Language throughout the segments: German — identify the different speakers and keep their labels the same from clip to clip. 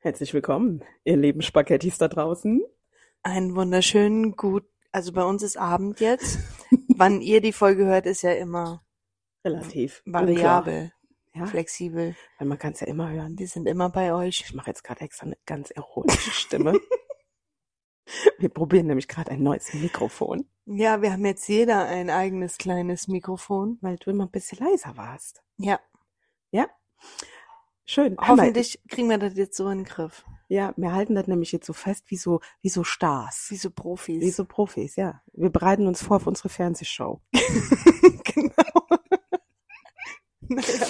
Speaker 1: Herzlich willkommen, ihr lieben Spaghettis da draußen.
Speaker 2: Einen wunderschönen gut, also bei uns ist Abend jetzt. Wann ihr die Folge hört, ist ja immer
Speaker 1: Relativ. Unklar,
Speaker 2: variabel,
Speaker 1: ja?
Speaker 2: flexibel.
Speaker 1: Weil man kann es ja immer hören.
Speaker 2: Wir sind immer bei euch.
Speaker 1: Ich mache jetzt gerade extra eine ganz erholte Stimme. Wir probieren nämlich gerade ein neues Mikrofon,
Speaker 2: Ja, wir haben jetzt jeder ein eigenes kleines Mikrofon.
Speaker 1: weil du immer ein bisschen leiser warst.
Speaker 2: Ja,
Speaker 1: Schön. Hör mal,
Speaker 2: hoffentlich kriegen wir das jetzt so in den Griff.
Speaker 1: Ja, wir halten das nämlich jetzt so fest wie so, wie so Stars.
Speaker 2: Wie so Profis.
Speaker 1: Wie so Profis, ja. Wir bereiten uns vor auf unsere Fernsehshow.
Speaker 2: genau. naja.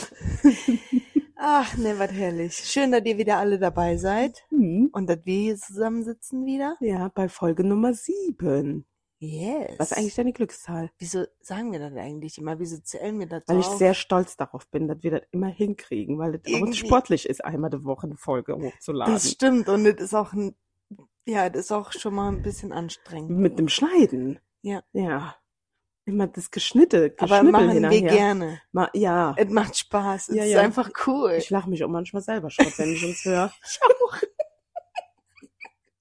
Speaker 2: Ach, ne, was herrlich. Schön, dass ihr wieder alle dabei seid
Speaker 1: Hm.
Speaker 2: und dass wir hier zusammensitzen wieder.
Speaker 1: Ja, bei Folge Nummer sieben.
Speaker 2: Yes.
Speaker 1: Was ist eigentlich deine Glückszahl?
Speaker 2: Wieso sagen wir das eigentlich immer? Wieso zählen wir das
Speaker 1: Weil
Speaker 2: so
Speaker 1: ich
Speaker 2: auf?
Speaker 1: sehr stolz darauf bin, dass wir das immer hinkriegen, weil es auch
Speaker 2: Irgendwie-
Speaker 1: sportlich ist, einmal die Woche eine Folge hochzuladen.
Speaker 2: Das stimmt und das ist auch ein, ja, das ist auch schon mal ein bisschen anstrengend.
Speaker 1: Mit dem Schneiden.
Speaker 2: Ja.
Speaker 1: Ja. Immer das Geschnitte,
Speaker 2: Aber
Speaker 1: Geschnippel
Speaker 2: machen
Speaker 1: hin und
Speaker 2: wir Äh,
Speaker 1: her.
Speaker 2: gerne.
Speaker 1: Ma ja.
Speaker 2: Es macht Spaß. Es
Speaker 1: Ja,
Speaker 2: ist
Speaker 1: ja.
Speaker 2: einfach cool.
Speaker 1: Ich lache mich auch manchmal selber schrott, wenn ich uns höre.
Speaker 2: Ich auch.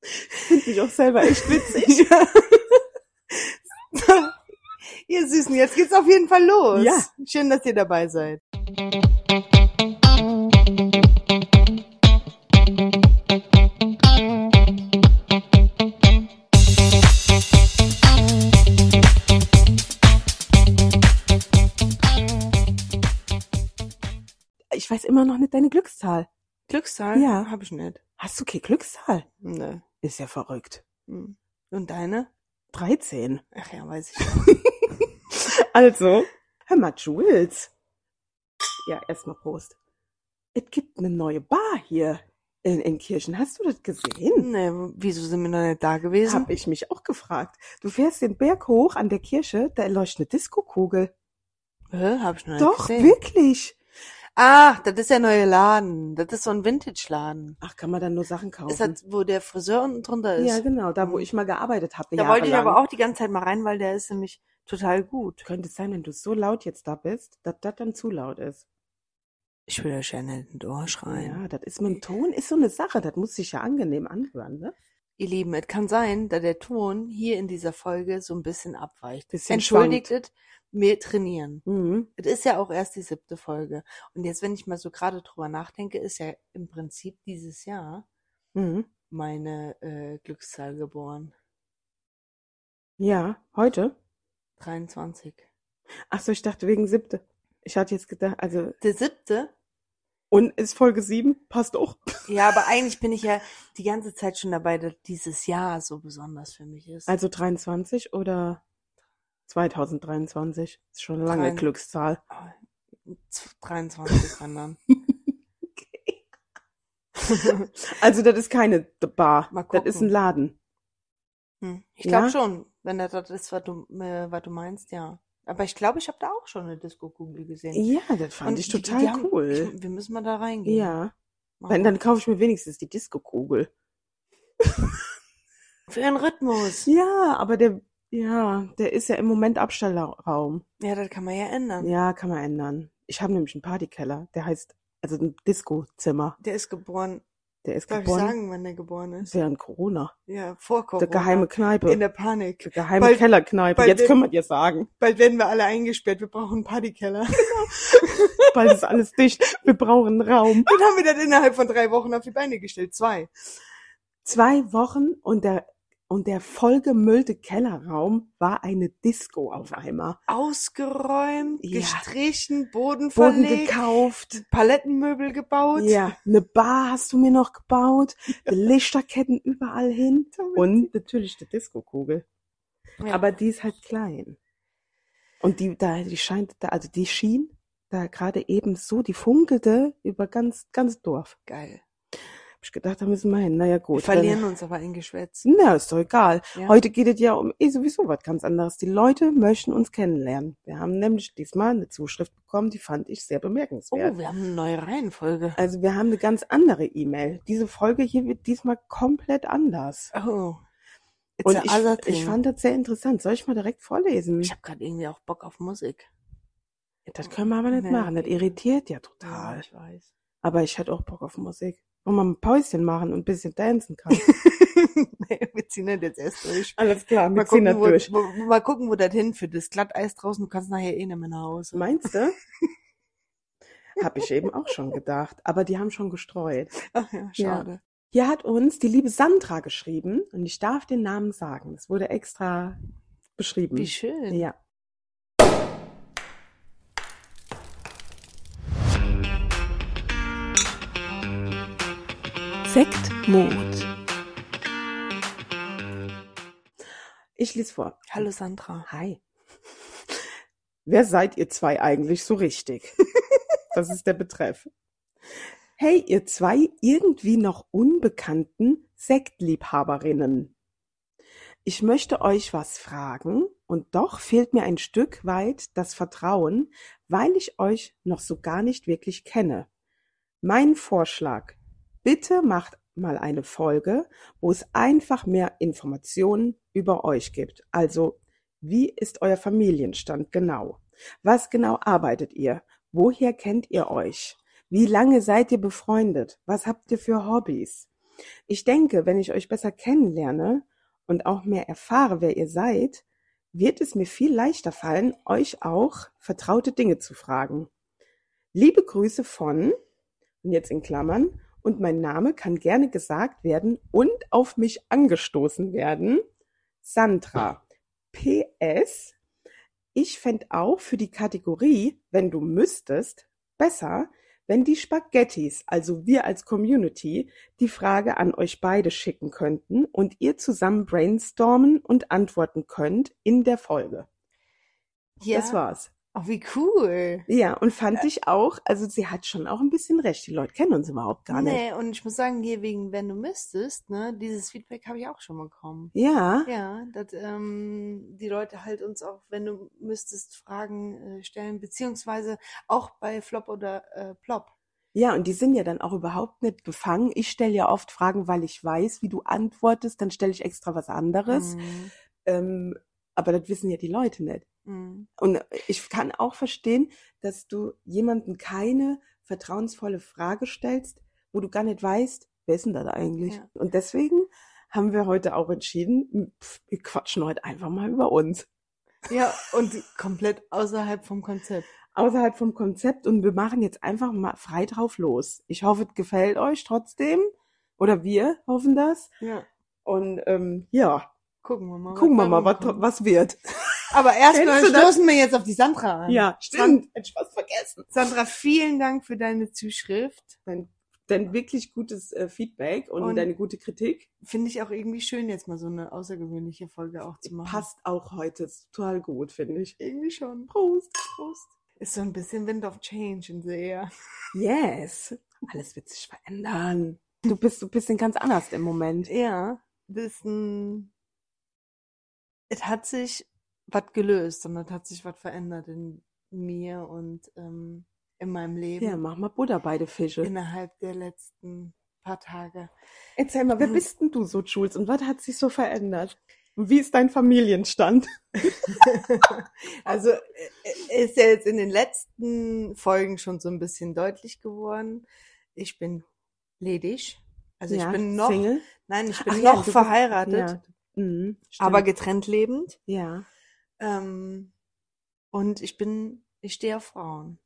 Speaker 1: Ich finde mich auch selber echt witzig.
Speaker 2: ihr Süßen, jetzt geht's auf jeden Fall los.
Speaker 1: Ja.
Speaker 2: Schön, dass ihr dabei seid.
Speaker 1: Ich weiß immer noch nicht deine Glückszahl.
Speaker 2: Glückszahl?
Speaker 1: Ja.
Speaker 2: Hab ich nicht.
Speaker 1: Hast du keine Glückszahl?
Speaker 2: Nö.
Speaker 1: Ist ja verrückt.
Speaker 2: Hm. Und deine?
Speaker 1: 13.
Speaker 2: Ach ja, weiß ich.
Speaker 1: Also, hör mal, Jules. Ja, erstmal Prost. Es gibt eine neue Bar hier in, in Kirchen. Hast du das gesehen?
Speaker 2: ne, wieso sind wir noch nicht da gewesen?
Speaker 1: Hab ich mich auch gefragt. Du fährst den Berg hoch an der Kirche, da erleuchtet eine Diskokugel.
Speaker 2: Hä? Hab ich noch nicht
Speaker 1: Doch,
Speaker 2: gesehen.
Speaker 1: wirklich.
Speaker 2: Ach, das ist der neue Laden. Das ist so ein Vintage-Laden.
Speaker 1: Ach, kann man dann nur Sachen kaufen?
Speaker 2: Ist das, wo der Friseur unten drunter ist?
Speaker 1: Oh, ja, genau, da wo ich mal gearbeitet habe.
Speaker 2: Da wollte ich aber auch die ganze Zeit mal rein, weil der ist nämlich total gut.
Speaker 1: Könnte es sein, wenn du so laut jetzt da bist, dass das dann zu laut ist.
Speaker 2: Ich will euch ja nicht ins Ohr schreien.
Speaker 1: Ja, das ist mit dem Ton, ist so eine Sache, das muss sich ja angenehm anhören, ne?
Speaker 2: Ihr Lieben, es kann sein, dass der Ton hier in dieser Folge so ein bisschen abweicht.
Speaker 1: Bisschen
Speaker 2: Entschuldigt es, wir trainieren.
Speaker 1: Mhm.
Speaker 2: Es ist ja auch erst die siebte Folge. Und jetzt, wenn ich mal so gerade drüber nachdenke, ist ja im Prinzip dieses Jahr
Speaker 1: Mhm.
Speaker 2: meine äh, Glückszahl geboren.
Speaker 1: Ja, heute?
Speaker 2: 23.
Speaker 1: Ach so, ich dachte wegen siebte. Ich hatte jetzt gedacht, also,
Speaker 2: Der siebte?
Speaker 1: und ist Folge sieben, passt auch.
Speaker 2: Ja, aber eigentlich bin ich ja die ganze Zeit schon dabei, dass dieses Jahr so besonders für mich ist.
Speaker 1: Also 23 oder 2023? Ist schon eine lange
Speaker 2: Drein-
Speaker 1: Glückszahl.
Speaker 2: Ah, 23 anderen.
Speaker 1: Also, das ist keine Bar.
Speaker 2: Mal
Speaker 1: Das ist ein
Speaker 2: gucken.
Speaker 1: Laden.
Speaker 2: Hm, Ich glaube
Speaker 1: Ja?
Speaker 2: schon, wenn das das ist, was du, äh, was du meinst, ja. Aber ich glaube, ich habe da auch schon eine Disco-Kugel gesehen.
Speaker 1: Ja, das fand
Speaker 2: Und
Speaker 1: ich
Speaker 2: die- die
Speaker 1: total
Speaker 2: haben-
Speaker 1: cool.
Speaker 2: Ich, wir müssen mal da reingehen.
Speaker 1: ja.
Speaker 2: Mal
Speaker 1: Wenn, dann kaufe ich mir wenigstens die Disco-Kugel.
Speaker 2: gucken. Für den Rhythmus.
Speaker 1: Ja, aber der, ja, der ist ja im Moment Abstellraum.
Speaker 2: Ja, das kann man ja ändern.
Speaker 1: Ja, kann man ändern. Ich habe nämlich einen Partykeller, der heißt, also ein Disco-Zimmer.
Speaker 2: Der ist geboren.
Speaker 1: Der ist
Speaker 2: Darf ich
Speaker 1: geboren
Speaker 2: sagen, wann der geboren ist?
Speaker 1: während Corona.
Speaker 2: Ja, vor Corona.
Speaker 1: Der geheime Kneipe.
Speaker 2: In der Panik.
Speaker 1: der geheime
Speaker 2: Bald-
Speaker 1: Kellerkneipe.
Speaker 2: bald
Speaker 1: Jetzt
Speaker 2: wird-
Speaker 1: können wir dir sagen.
Speaker 2: Bald werden wir alle eingesperrt. Wir brauchen einen Partykeller.
Speaker 1: Bald ist alles dicht. Wir brauchen einen Raum.
Speaker 2: Dann haben wir das innerhalb von drei Wochen auf die Beine gestellt. Zwei.
Speaker 1: Zwei Wochen und der, und der vollgemüllte Kellerraum war eine Disco auf einmal.
Speaker 2: Ausgeräumt,
Speaker 1: Ja.
Speaker 2: gestrichen, Boden
Speaker 1: Boden
Speaker 2: verlegt,
Speaker 1: gekauft.
Speaker 2: Palettenmöbel gebaut.
Speaker 1: Ja, eine Bar hast du mir noch gebaut, Lichterketten überall hin
Speaker 2: So witzig.
Speaker 1: und natürlich die Disco-Kugel.
Speaker 2: Ja.
Speaker 1: Aber die ist halt klein. Und die, da, die scheint, da, also die schien da gerade eben so, die funkelte über ganz, ganz Dorf.
Speaker 2: Geil.
Speaker 1: Hab ich gedacht, da müssen wir hin. Naja,
Speaker 2: Wir
Speaker 1: gut.
Speaker 2: verlieren uns aber in Geschwätz.
Speaker 1: Dann, na, ist doch egal.
Speaker 2: Ja.
Speaker 1: Heute geht es ja um eh sowieso was ganz anderes. Die Leute möchten uns kennenlernen. Wir haben nämlich diesmal eine Zuschrift bekommen, die fand ich sehr
Speaker 2: Oh,
Speaker 1: bemerkenswert.
Speaker 2: wir haben eine neue Reihenfolge.
Speaker 1: Also wir haben eine ganz andere E-Mail. Diese Folge hier wird diesmal komplett anders.
Speaker 2: Oh. It's
Speaker 1: Und
Speaker 2: a
Speaker 1: ich,
Speaker 2: other
Speaker 1: ich
Speaker 2: thing.
Speaker 1: fand das sehr interessant. Soll ich mal direkt vorlesen?
Speaker 2: ich habe gerade irgendwie auch Bock auf Musik.
Speaker 1: das können wir aber nicht
Speaker 2: Nee.
Speaker 1: machen. Das irritiert ja
Speaker 2: Ja,
Speaker 1: total.
Speaker 2: ich weiß.
Speaker 1: Aber ich hatte auch Bock auf Musik. wo man ein Päuschen machen und ein bisschen dancen kann.
Speaker 2: nee, wir ziehen das jetzt erst durch.
Speaker 1: Alles klar,
Speaker 2: Mal
Speaker 1: wir ziehen
Speaker 2: gucken,
Speaker 1: das
Speaker 2: wo,
Speaker 1: durch.
Speaker 2: Wo, mal gucken, wo das hinführt. Das Glatteis draußen, du kannst nachher eh nicht mehr nach Hause.
Speaker 1: Meinst du? Habe ich eben auch schon gedacht. Aber die haben schon gestreut.
Speaker 2: Ach ja, schade.
Speaker 1: Hier hat uns die liebe Sandra geschrieben und ich darf den Namen sagen. Das wurde extra beschrieben.
Speaker 2: Wie schön.
Speaker 1: Ja. Sektmod. Ich lese vor.
Speaker 2: Hallo Sandra.
Speaker 1: Hi. Wer seid ihr zwei eigentlich so richtig? Das ist der Betreff. Hey, ihr zwei irgendwie noch unbekannten Sektliebhaberinnen. Ich möchte euch was fragen und doch fehlt mir ein Stück weit das Vertrauen, weil ich euch noch so gar nicht wirklich kenne. Mein Vorschlag. Bitte macht mal eine Folge, wo es einfach mehr Informationen über euch gibt. Also wie ist euer Familienstand genau? Was genau arbeitet ihr? Woher kennt ihr euch? Wie lange seid ihr befreundet? Was habt ihr für Hobbys? Ich denke, wenn ich euch besser kennenlerne und auch mehr erfahre, wer ihr seid, wird es mir viel leichter fallen, euch auch vertraute Dinge zu fragen. Liebe Grüße von, und jetzt in Klammern, und mein Name kann gerne gesagt werden und auf mich angestoßen werden, Sandra. PS, ich fänd auch für die Kategorie, wenn du müsstest, besser, wenn die Spaghettis, also wir als Community, die Frage an euch beide schicken könnten und ihr zusammen brainstormen und antworten könnt in der Folge.
Speaker 2: Ja.
Speaker 1: Das war's.
Speaker 2: Oh, wie cool.
Speaker 1: Ja, und fand ich auch, also sie hat schon auch ein bisschen recht. Die Leute kennen uns überhaupt gar nicht.
Speaker 2: Nee, und ich muss sagen, hier wegen, wenn du müsstest, ne, dieses Feedback habe ich auch schon bekommen.
Speaker 1: Ja,
Speaker 2: Ja, dass ähm, die Leute halt uns auch, wenn du müsstest, Fragen äh, stellen, beziehungsweise auch bei Flop oder äh, Plop.
Speaker 1: ja, und die sind ja dann auch überhaupt nicht befangen. Ich stelle ja oft Fragen, weil ich weiß, wie du antwortest, dann stelle ich extra was anderes.
Speaker 2: Mhm.
Speaker 1: Ähm, aber das wissen ja die Leute nicht.
Speaker 2: Mhm.
Speaker 1: Und ich kann auch verstehen, dass du jemandem keine vertrauensvolle Frage stellst, wo du gar nicht weißt, wer ist denn das eigentlich?
Speaker 2: Ja.
Speaker 1: Und deswegen haben wir heute auch entschieden, pf, wir quatschen heute einfach mal über uns.
Speaker 2: Ja, und komplett außerhalb vom Konzept.
Speaker 1: Außerhalb vom Konzept und wir machen jetzt einfach mal frei drauf los. Ich hoffe, es gefällt euch trotzdem. Oder wir hoffen das.
Speaker 2: Ja.
Speaker 1: Und ähm, ja,
Speaker 2: Gucken wir mal.
Speaker 1: gucken wir mal, was,
Speaker 2: rumkommt.
Speaker 1: was wird.
Speaker 2: Aber erstmal
Speaker 1: Kennst du das?
Speaker 2: stoßen wir jetzt auf die Sandra an.
Speaker 1: stimmt. Hätte ich was vergessen.
Speaker 2: Sandra, vielen Dank für deine Zuschrift.
Speaker 1: dein, dein wirklich gutes äh, Feedback und,
Speaker 2: Und-
Speaker 1: deine gute Kritik
Speaker 2: Finde ich auch irgendwie schön, jetzt mal so eine außergewöhnliche Folge auch zu machen.
Speaker 1: passt auch heute total gut, finde ich.
Speaker 2: Irgendwie schon.
Speaker 1: Prost!
Speaker 2: Prost. Ist so ein bisschen Wind of Change in der Ehe.
Speaker 1: Yes! Alles wird sich verändern. Du bist, du bist denn ganz anders im Moment.
Speaker 2: Ja, das ist ein. Es hat sich was gelöst und es hat sich was verändert in mir und ähm, in meinem Leben
Speaker 1: Ja, mach mal Butter beide Fische.
Speaker 2: innerhalb der letzten paar Tage.
Speaker 1: Erzähl mal, wer bist denn du so, Jules, und was hat sich so verändert? Und wie ist dein Familienstand?
Speaker 2: Also
Speaker 1: Oh.
Speaker 2: äh, ist ja jetzt in den letzten Folgen schon so ein bisschen deutlich geworden. Ich bin ledig. Also
Speaker 1: Ja,
Speaker 2: ich bin noch,
Speaker 1: Single.
Speaker 2: nein, ich bin
Speaker 1: Ach ja, du
Speaker 2: noch
Speaker 1: bist-
Speaker 2: verheiratet,
Speaker 1: Ja, mhm, stimmt.
Speaker 2: aber getrennt lebend.
Speaker 1: ja.
Speaker 2: Ähm, und ich bin, ich stehe auf Frauen.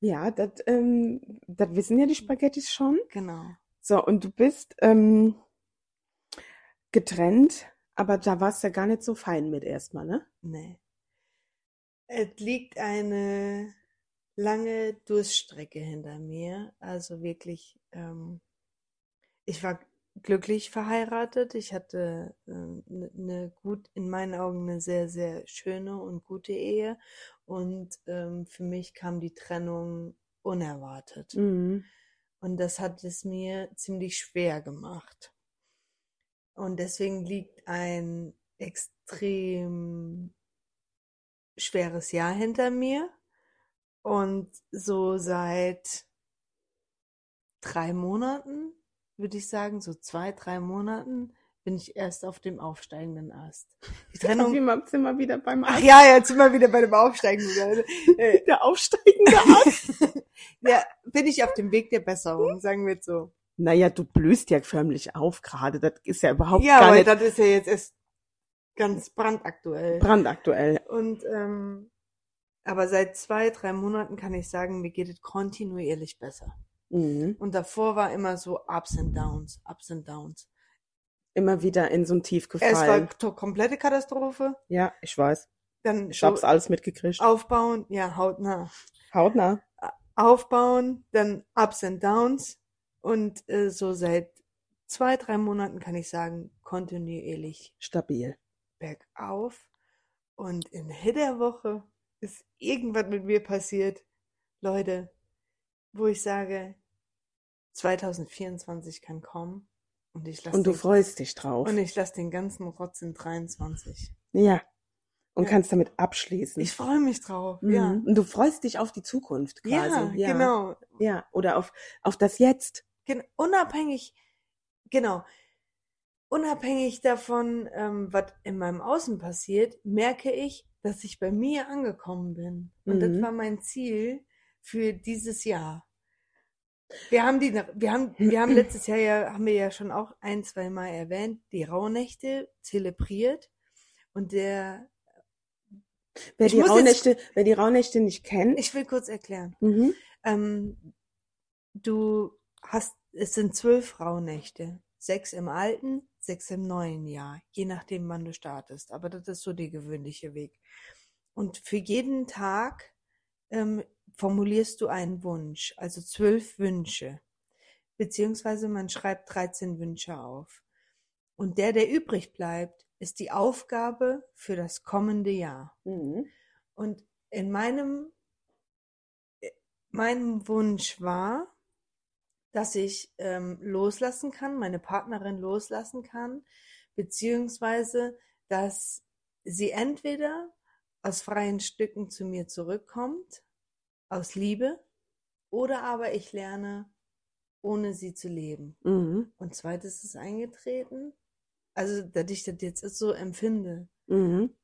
Speaker 1: Ja, das ähm, das wissen ja die Spaghettis schon.
Speaker 2: Genau.
Speaker 1: So, und du bist ähm, getrennt, aber da warst du ja gar nicht so fein mit erstmal, ne?
Speaker 2: Nee. Es liegt eine lange Durststrecke hinter mir. Also wirklich, ähm, ich war glücklich verheiratet. Ich hatte eine ne gut, in meinen Augen eine sehr, sehr schöne und gute Ehe. Und ähm, für mich kam die Trennung unerwartet.
Speaker 1: Mhm.
Speaker 2: Und das hat es mir ziemlich schwer gemacht. Und deswegen liegt ein extrem schweres Jahr hinter mir. Und so seit drei Monaten, würde ich sagen, so zwei, drei Monaten, bin ich erst auf dem aufsteigenden Ast. Die
Speaker 1: Auf
Speaker 2: Trennung.
Speaker 1: jeden Fall sind wir wieder beim
Speaker 2: Ach
Speaker 1: Ast.
Speaker 2: ja, jetzt sind wir wieder bei dem aufsteigenden Ast. Äh,
Speaker 1: Der aufsteigende Ast.
Speaker 2: ja, bin ich auf dem Weg der Besserung, sagen wir es so.
Speaker 1: Naja, du blühst ja förmlich auf gerade. Das ist ja überhaupt
Speaker 2: Ja,
Speaker 1: gar
Speaker 2: weil
Speaker 1: nicht
Speaker 2: das ist ja jetzt erst ganz brandaktuell.
Speaker 1: brandaktuell.
Speaker 2: Und ähm, aber seit zwei, drei Monaten kann ich sagen, mir geht es kontinuierlich besser.
Speaker 1: Mhm.
Speaker 2: Und davor war immer so Ups and Downs, Ups and Downs.
Speaker 1: Immer wieder in so ein Tief
Speaker 2: Erst war
Speaker 1: gefallen.
Speaker 2: to- komplette Katastrophe,
Speaker 1: Ja, ich weiß.
Speaker 2: dann
Speaker 1: Ich
Speaker 2: so
Speaker 1: hab's alles mitgekriegt.
Speaker 2: aufbauen, ja, hautnah.
Speaker 1: Hautnah.
Speaker 2: Aufbauen, dann Ups and Downs. Und äh, so seit zwei, drei Monaten kann ich sagen, kontinuierlich
Speaker 1: Stabil.
Speaker 2: bergauf. Und in der Woche ist irgendwas mit mir passiert, Leute, wo ich sage, 2024 kann kommen und ich lasse
Speaker 1: Und du
Speaker 2: den,
Speaker 1: freust dich drauf.
Speaker 2: und ich lass den ganzen Rotz in 23.
Speaker 1: Ja. Und
Speaker 2: Ja.
Speaker 1: kannst damit abschließen.
Speaker 2: Ich freue mich drauf,
Speaker 1: Mhm.
Speaker 2: ja.
Speaker 1: Und du freust dich auf die Zukunft
Speaker 2: Ja,
Speaker 1: quasi. Ja,
Speaker 2: genau.
Speaker 1: Ja, oder auf, auf das Jetzt.
Speaker 2: Gen unabhängig, genau, unabhängig davon, ähm, was in meinem Außen passiert, merke ich, dass ich bei mir angekommen bin. Und das
Speaker 1: Mhm.
Speaker 2: war mein Ziel für dieses Jahr. Wir haben die, wir haben, wir haben letztes Jahr ja, haben wir ja schon auch ein, zwei Mal erwähnt, die Rauhnächte zelebriert. Und der,
Speaker 1: Wer
Speaker 2: Ich
Speaker 1: die,
Speaker 2: muss jetzt-
Speaker 1: Raunächte, wer die Raunächte nicht kennt,
Speaker 2: ich will kurz erklären.
Speaker 1: mhm.
Speaker 2: Ähm, du hast, es sind zwölf Rauhnächte. Sechs im alten, sechs im neuen Jahr. Je nachdem, wann du startest. Aber das ist so der gewöhnliche Weg. Und für jeden Tag ähm, formulierst du einen Wunsch. Also zwölf Wünsche. Beziehungsweise man schreibt 13 Wünsche auf. Und der, der übrig bleibt, ist die Aufgabe für das kommende Jahr.
Speaker 1: Mhm.
Speaker 2: Und in meinem, äh, meinem Wunsch war, dass ich ähm, loslassen kann, meine Partnerin loslassen kann, beziehungsweise, dass sie entweder aus freien Stücken zu mir zurückkommt, aus Liebe, oder aber ich lerne, ohne sie zu leben.
Speaker 1: Mhm.
Speaker 2: Und zweites ist eingetreten. Also, dass ich das jetzt so empfinde.
Speaker 1: Mhm.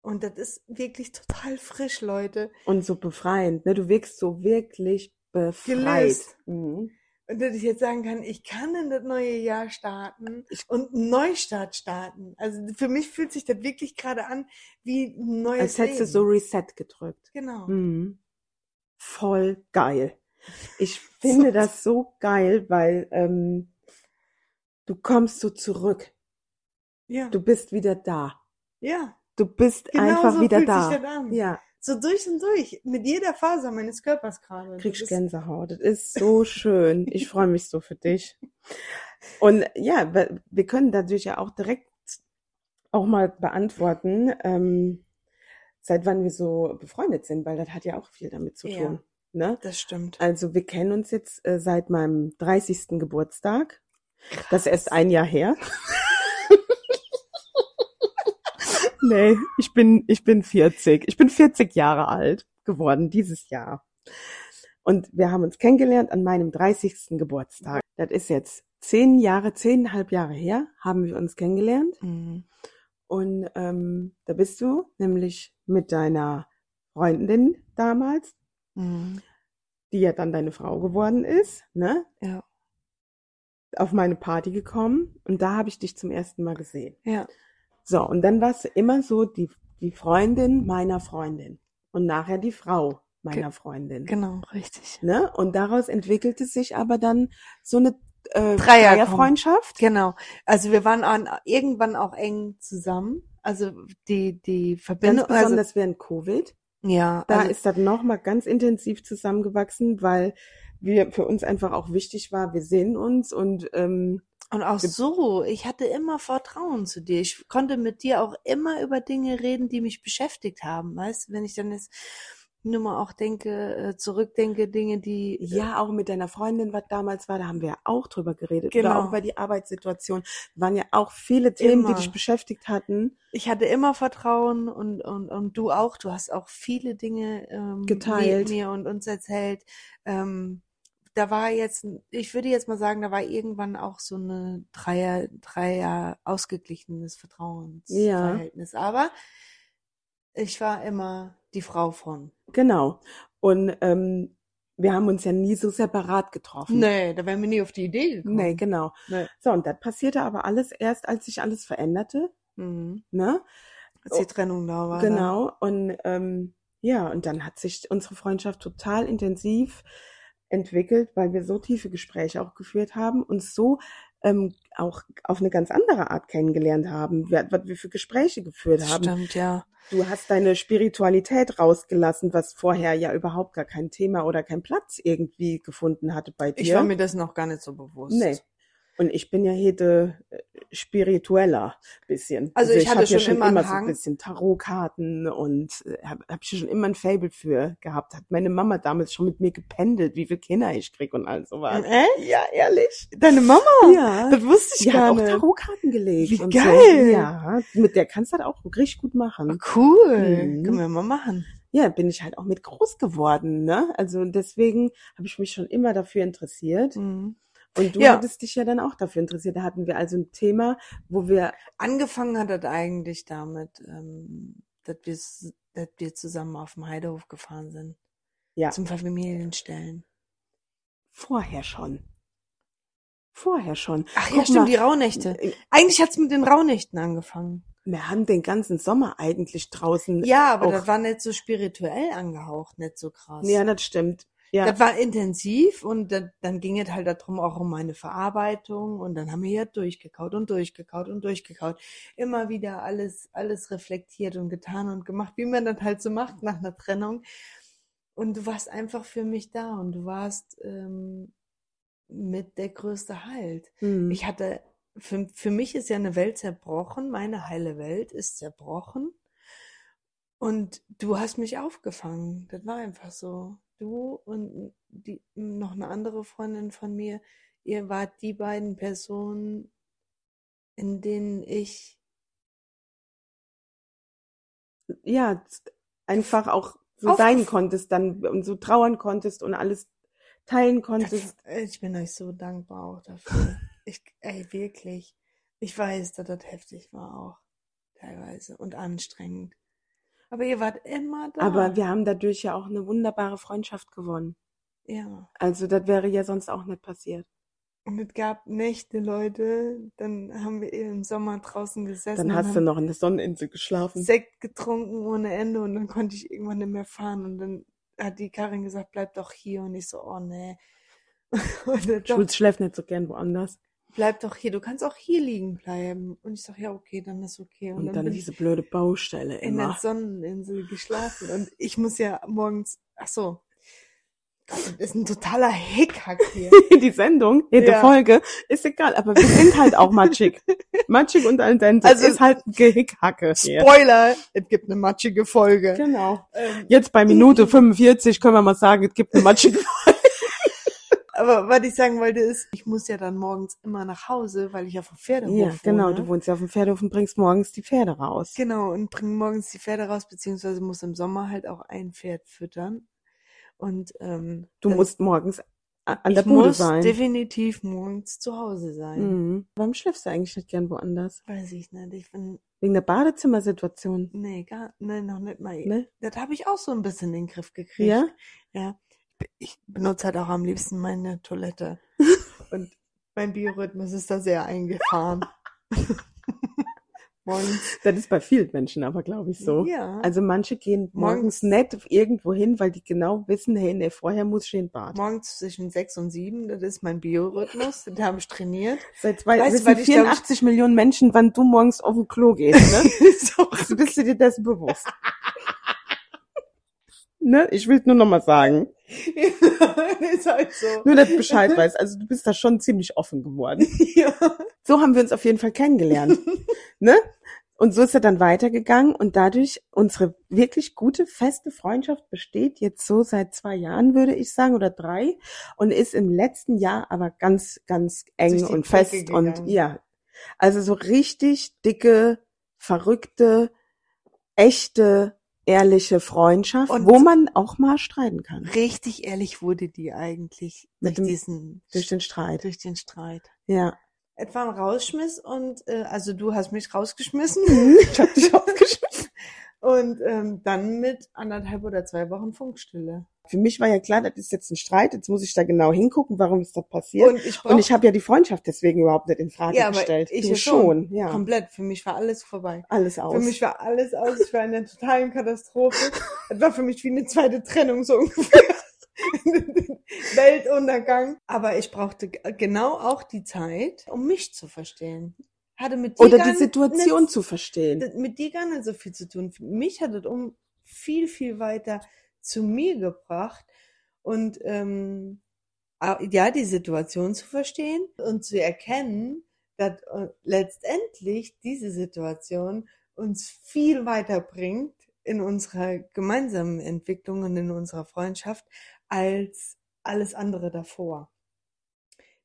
Speaker 2: Und das ist wirklich total frisch, Leute.
Speaker 1: Und so befreiend, ne? Du wirkst so wirklich befreit.
Speaker 2: Gelöst.
Speaker 1: Mhm.
Speaker 2: Und dass ich jetzt sagen kann, ich kann in das neue Jahr starten
Speaker 1: Ich-
Speaker 2: und einen Neustart starten. Also für mich fühlt sich das wirklich gerade an wie ein neues
Speaker 1: Als hättest du
Speaker 2: Leben.
Speaker 1: so Reset gedrückt.
Speaker 2: genau.
Speaker 1: Mhm. Voll geil. Ich finde das so geil, weil ähm, du kommst so zurück.
Speaker 2: Ja.
Speaker 1: Du bist wieder da.
Speaker 2: ja.
Speaker 1: Du bist
Speaker 2: Genau
Speaker 1: einfach
Speaker 2: so
Speaker 1: wieder
Speaker 2: fühlt
Speaker 1: da.
Speaker 2: sich das an.
Speaker 1: Ja,
Speaker 2: So durch und durch. Mit jeder Faser meines Körpers gerade.
Speaker 1: kriegst
Speaker 2: Das ist-
Speaker 1: Gänsehaut. Das ist so schön. Ich freue mich so für dich. Und ja, wir wir können natürlich ja auch direkt auch mal beantworten, ähm, seit wann wir so befreundet sind, weil das hat ja auch viel damit zu
Speaker 2: Ja.
Speaker 1: tun. Ne?
Speaker 2: Das stimmt.
Speaker 1: Also wir kennen uns jetzt äh, seit meinem 30. Geburtstag. Das ist erst ein Jahr her. nee, ich bin, ich bin 40. Ich bin 40 Jahre alt geworden dieses Jahr. Und wir haben uns kennengelernt an meinem 30. Geburtstag. Das ist jetzt zehn Jahre, zehneinhalb Jahre her, haben wir uns kennengelernt.
Speaker 2: Mhm.
Speaker 1: Und ähm, da bist du nämlich mit deiner Freundin damals,
Speaker 2: Mhm.
Speaker 1: die ja dann deine Frau geworden ist, ne?
Speaker 2: Ja.
Speaker 1: Auf meine Party gekommen und da habe ich dich zum ersten Mal gesehen.
Speaker 2: Ja.
Speaker 1: So, und dann warst du immer so die, die Freundin meiner Freundin und nachher die Frau meiner Freundin.
Speaker 2: Genau, richtig.
Speaker 1: Ne? Und daraus entwickelte sich aber dann so eine äh,
Speaker 2: Dreier-
Speaker 1: Dreierfreundschaft.
Speaker 2: Genau. Also wir waren an, irgendwann auch eng zusammen. Also die, die
Speaker 1: Ganz
Speaker 2: Verbindung. Also,
Speaker 1: besonders während Covid.
Speaker 2: ja,
Speaker 1: Da
Speaker 2: also,
Speaker 1: ist das nochmal ganz intensiv zusammengewachsen, weil wir für uns einfach auch wichtig war, wir sehen uns und ähm,
Speaker 2: Und auch so, ich hatte immer Vertrauen zu dir. Ich konnte mit dir auch immer über Dinge reden, die mich beschäftigt haben. Weißt du, wenn ich dann jetzt nur mal auch denke, äh, zurückdenke, Dinge, die.
Speaker 1: Ja, auch mit deiner Freundin, was damals war, da haben wir ja auch drüber geredet. Oder
Speaker 2: Genau.
Speaker 1: auch über die Arbeitssituation. Waren ja auch viele Themen, die
Speaker 2: Immer.
Speaker 1: dich beschäftigt hatten.
Speaker 2: Ich hatte immer Vertrauen und, und, und du auch. Du hast auch viele Dinge ähm,
Speaker 1: Geteilt.
Speaker 2: mir mir und uns erzählt. Ähm, da war jetzt, ich würde jetzt mal sagen, da war irgendwann auch so eine Dreier, Dreier ausgeglichenes Vertrauensverhältnis. Aber ich war immer die Frau von.
Speaker 1: Genau. Und ähm, wir haben uns ja nie so separat getroffen.
Speaker 2: Nee, da wären wir nie auf die Idee gekommen.
Speaker 1: Nee, genau.
Speaker 2: Nee.
Speaker 1: So, und das passierte aber alles erst, als sich alles veränderte,
Speaker 2: Mhm. Oh.
Speaker 1: ne?
Speaker 2: Als die Trennung da war. ne?
Speaker 1: Genau. Und ähm, ja, und dann hat sich unsere Freundschaft total intensiv entwickelt, weil wir so tiefe Gespräche auch geführt haben und so ähm, auch auf eine ganz andere Art kennengelernt haben, wer- was wir für Gespräche geführt
Speaker 2: Das
Speaker 1: haben.
Speaker 2: stimmt, ja.
Speaker 1: Du hast deine Spiritualität rausgelassen, was vorher ja überhaupt gar kein Thema oder kein Platz irgendwie gefunden hatte bei dir.
Speaker 2: Ich war mir das noch gar nicht so bewusst.
Speaker 1: Nee. Und ich bin ja hede äh, spiritueller bisschen.
Speaker 2: Also ich hatte
Speaker 1: hab ja
Speaker 2: schon immer einen
Speaker 1: so
Speaker 2: Hang-
Speaker 1: ein bisschen Tarotkarten und äh, hab, hab schon immer ein Fable für gehabt. Hat meine Mama damals schon mit mir gependelt, wie viel Kinder ich krieg und all sowas.
Speaker 2: Echt?
Speaker 1: Ja, ehrlich.
Speaker 2: Deine Mama?
Speaker 1: Ja.
Speaker 2: Das wusste ich
Speaker 1: Die
Speaker 2: gar
Speaker 1: hat auch
Speaker 2: nicht.
Speaker 1: Tarotkarten gelegt.
Speaker 2: oh, Wie
Speaker 1: und
Speaker 2: geil.
Speaker 1: So. Ja, mit der kannst du das auch richtig gut machen.
Speaker 2: Ah, Cool.
Speaker 1: Mhm.
Speaker 2: Können wir mal machen.
Speaker 1: Ja, bin ich halt auch mit groß geworden, ne? Also deswegen habe ich mich schon immer dafür interessiert.
Speaker 2: Mhm.
Speaker 1: Und du
Speaker 2: Ja.
Speaker 1: hattest dich ja dann auch dafür interessiert. Da hatten wir also ein Thema, wo wir
Speaker 2: Angefangen hat das eigentlich damit, ähm, dass, wir, s- dass wir zusammen auf dem Heidehof gefahren sind.
Speaker 1: Ja.
Speaker 2: Zum Familienstellen.
Speaker 1: Vorher schon. Vorher schon.
Speaker 2: Ach ja,
Speaker 1: Guck
Speaker 2: stimmt,
Speaker 1: mal.
Speaker 2: die Rauhnächte. Eigentlich hat's mit den Rauhnächten angefangen.
Speaker 1: Wir haben den ganzen Sommer eigentlich draußen.
Speaker 2: Ja, aber
Speaker 1: auch-
Speaker 2: das war nicht so spirituell angehaucht, nicht so krass.
Speaker 1: Ja, das stimmt. Ja,
Speaker 2: Das war intensiv und dann, dann ging es halt darum, auch um meine Verarbeitung und dann haben wir ja durchgekaut und durchgekaut und durchgekaut. Immer wieder alles, alles reflektiert und getan und gemacht, wie man das halt so macht nach einer Trennung. Und du warst einfach für mich da und du warst ähm, mit der größte Halt.
Speaker 1: hm.
Speaker 2: Ich hatte, für, für mich ist ja eine Welt zerbrochen, meine heile Welt ist zerbrochen. Und du hast mich aufgefangen. Das war einfach so. Du und die, noch eine andere Freundin von mir, ihr wart die beiden Personen, in denen ich
Speaker 1: ja z- einfach auch so
Speaker 2: Auf-
Speaker 1: sein konntest dann und so trauern konntest und alles teilen konntest.
Speaker 2: Das, äh, ich bin euch so dankbar auch dafür. Ich, ey, wirklich. Ich weiß, dass das heftig war auch. Teilweise. Und anstrengend. Aber ihr wart immer da.
Speaker 1: Aber wir haben dadurch ja auch eine wunderbare Freundschaft gewonnen.
Speaker 2: ja.
Speaker 1: Also das wäre ja sonst auch nicht passiert.
Speaker 2: Und es gab Nächte, Leute. Dann haben wir eben im Sommer draußen gesessen.
Speaker 1: Dann
Speaker 2: und
Speaker 1: hast du
Speaker 2: haben
Speaker 1: noch in der Sonneninsel geschlafen.
Speaker 2: Sekt getrunken ohne Ende. Und dann konnte ich irgendwann nicht mehr fahren. Und dann hat die Karin gesagt, bleib doch hier. Und ich so, oh nee. Und dann doch,
Speaker 1: Schulz schläft nicht so gern woanders.
Speaker 2: bleib doch hier. Du kannst auch hier liegen bleiben. Und ich sag, ja, okay, dann ist okay.
Speaker 1: Und dann
Speaker 2: bin ich
Speaker 1: diese blöde Baustelle
Speaker 2: in der
Speaker 1: immer.
Speaker 2: Sonneninsel geschlafen und ich muss ja morgens, ach so, Gott, das ist ein totaler Hickhack hier.
Speaker 1: die Sendung, jede
Speaker 2: Ja.
Speaker 1: Folge, ist egal, aber wir sind halt auch matschig. matschig und al dente.
Speaker 2: Also-
Speaker 1: Also ist halt ein Gehickhacke hier.
Speaker 2: Spoiler, es gibt eine matschige Folge.
Speaker 1: Genau.
Speaker 2: Ähm,
Speaker 1: Jetzt bei Minute 45 können wir mal sagen, es gibt eine matschige
Speaker 2: aber was ich sagen wollte ist, ich muss ja dann morgens immer nach Hause, weil ich auf dem Pferdehof
Speaker 1: Ja, genau.
Speaker 2: wohne.
Speaker 1: Du wohnst ja auf dem Pferdehof und bringst morgens die Pferde raus.
Speaker 2: Genau, und bringe morgens die Pferde raus, beziehungsweise muss im Sommer halt auch ein Pferd füttern. Und ähm,
Speaker 1: Du
Speaker 2: dann-
Speaker 1: musst morgens a- an der
Speaker 2: ich
Speaker 1: Bude
Speaker 2: muss
Speaker 1: sein.
Speaker 2: definitiv morgens zu Hause sein.
Speaker 1: Mhm. Warum schläfst du eigentlich nicht gern woanders?
Speaker 2: Weiß ich nicht. Ich bin,
Speaker 1: Wegen der Badezimmersituation.
Speaker 2: nee, gar, nee, noch nicht mal.
Speaker 1: Ne?
Speaker 2: Das habe ich auch so ein bisschen in den Griff gekriegt.
Speaker 1: Ja?
Speaker 2: Ja. Ich benutze halt auch am liebsten meine Toilette. Und mein Biorhythmus ist da sehr eingefahren. morgens.
Speaker 1: Das ist bei vielen Menschen aber, glaube ich, so.
Speaker 2: Ja.
Speaker 1: Also manche gehen morgens,
Speaker 2: Morgens-
Speaker 1: nicht irgendwo hin, weil die genau wissen, hey, nee, vorher muss ich in den Bad.
Speaker 2: morgens zwischen sechs und sieben, das ist mein Biorhythmus. Den habe ich trainiert.
Speaker 1: Seit zwei,
Speaker 2: Weißt du,
Speaker 1: wissen
Speaker 2: weil ich, glaub ich-
Speaker 1: 84 Millionen Menschen, wann du morgens auf den Klo gehst, ne?
Speaker 2: so.
Speaker 1: Also bist du dir dessen bewusst? ne? Ich will nur noch mal sagen.
Speaker 2: ist halt so.
Speaker 1: Nur, dass du Bescheid weißt. Also du bist da schon ziemlich offen geworden.
Speaker 2: Ja.
Speaker 1: So haben wir uns auf jeden Fall kennengelernt. ne? Und so ist er dann weitergegangen und dadurch unsere wirklich gute, feste Freundschaft besteht jetzt so seit zwei Jahren, würde ich sagen, oder drei und ist im letzten Jahr aber ganz, ganz eng
Speaker 2: Durch die
Speaker 1: und
Speaker 2: Decke
Speaker 1: fest
Speaker 2: gegangen.
Speaker 1: und ja. Also so richtig dicke, verrückte, echte, ehrliche Freundschaft,
Speaker 2: Und-
Speaker 1: wo man auch mal streiten kann.
Speaker 2: Richtig ehrlich wurde die eigentlich
Speaker 1: Mit dem-
Speaker 2: durch diesen
Speaker 1: Durch den Streit.
Speaker 2: durch den Streit.
Speaker 1: Ja.
Speaker 2: etwa ein Rausschmiss und äh, also du hast mich rausgeschmissen
Speaker 1: Ich hab dich aufgeschmissen.
Speaker 2: und ähm, dann mit anderthalb oder zwei Wochen Funkstille.
Speaker 1: Für mich war ja klar, das ist jetzt ein Streit, jetzt muss ich da genau hingucken, warum ist das passiert. Und,
Speaker 2: Und ich
Speaker 1: ich habe ja die Freundschaft deswegen überhaupt nicht in Frage
Speaker 2: ja, aber
Speaker 1: gestellt.
Speaker 2: ich
Speaker 1: du
Speaker 2: ja
Speaker 1: schon, ja.
Speaker 2: komplett. Für mich war alles vorbei.
Speaker 1: Alles aus.
Speaker 2: Für mich war alles aus. Ich war in einer totalen Katastrophe. Es war für mich wie eine zweite Trennung, so ungefähr. Weltuntergang. Aber ich brauchte g- genau auch die Zeit, um mich zu verstehen. Hatte mit dir
Speaker 1: Oder
Speaker 2: gar
Speaker 1: die
Speaker 2: nicht-
Speaker 1: Situation zu verstehen.
Speaker 2: das- mit dir gar nicht so viel zu tun. Für Mich hat das um viel, viel weiter zu mir gebracht. Und ähm, au- ja, die Situation zu verstehen und zu erkennen, dass äh, letztendlich diese Situation uns viel weiter bringt in unserer gemeinsamen Entwicklung und in unserer Freundschaft als alles andere davor.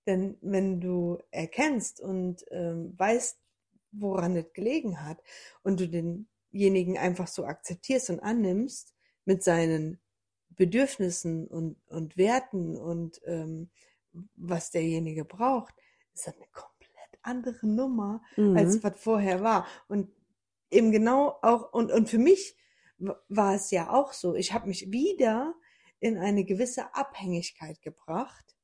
Speaker 2: Denn wenn du erkennst und ähm, weißt, woran es gelegen hat und du denjenigen einfach so akzeptierst und annimmst mit seinen Bedürfnissen und, und Werten und ähm, was derjenige braucht, ist das eine komplett andere Nummer
Speaker 1: Mhm.
Speaker 2: als was vorher war. Und eben genau auch, und, und für mich w- war es ja auch so, ich habe mich wieder in eine gewisse Abhängigkeit gebracht.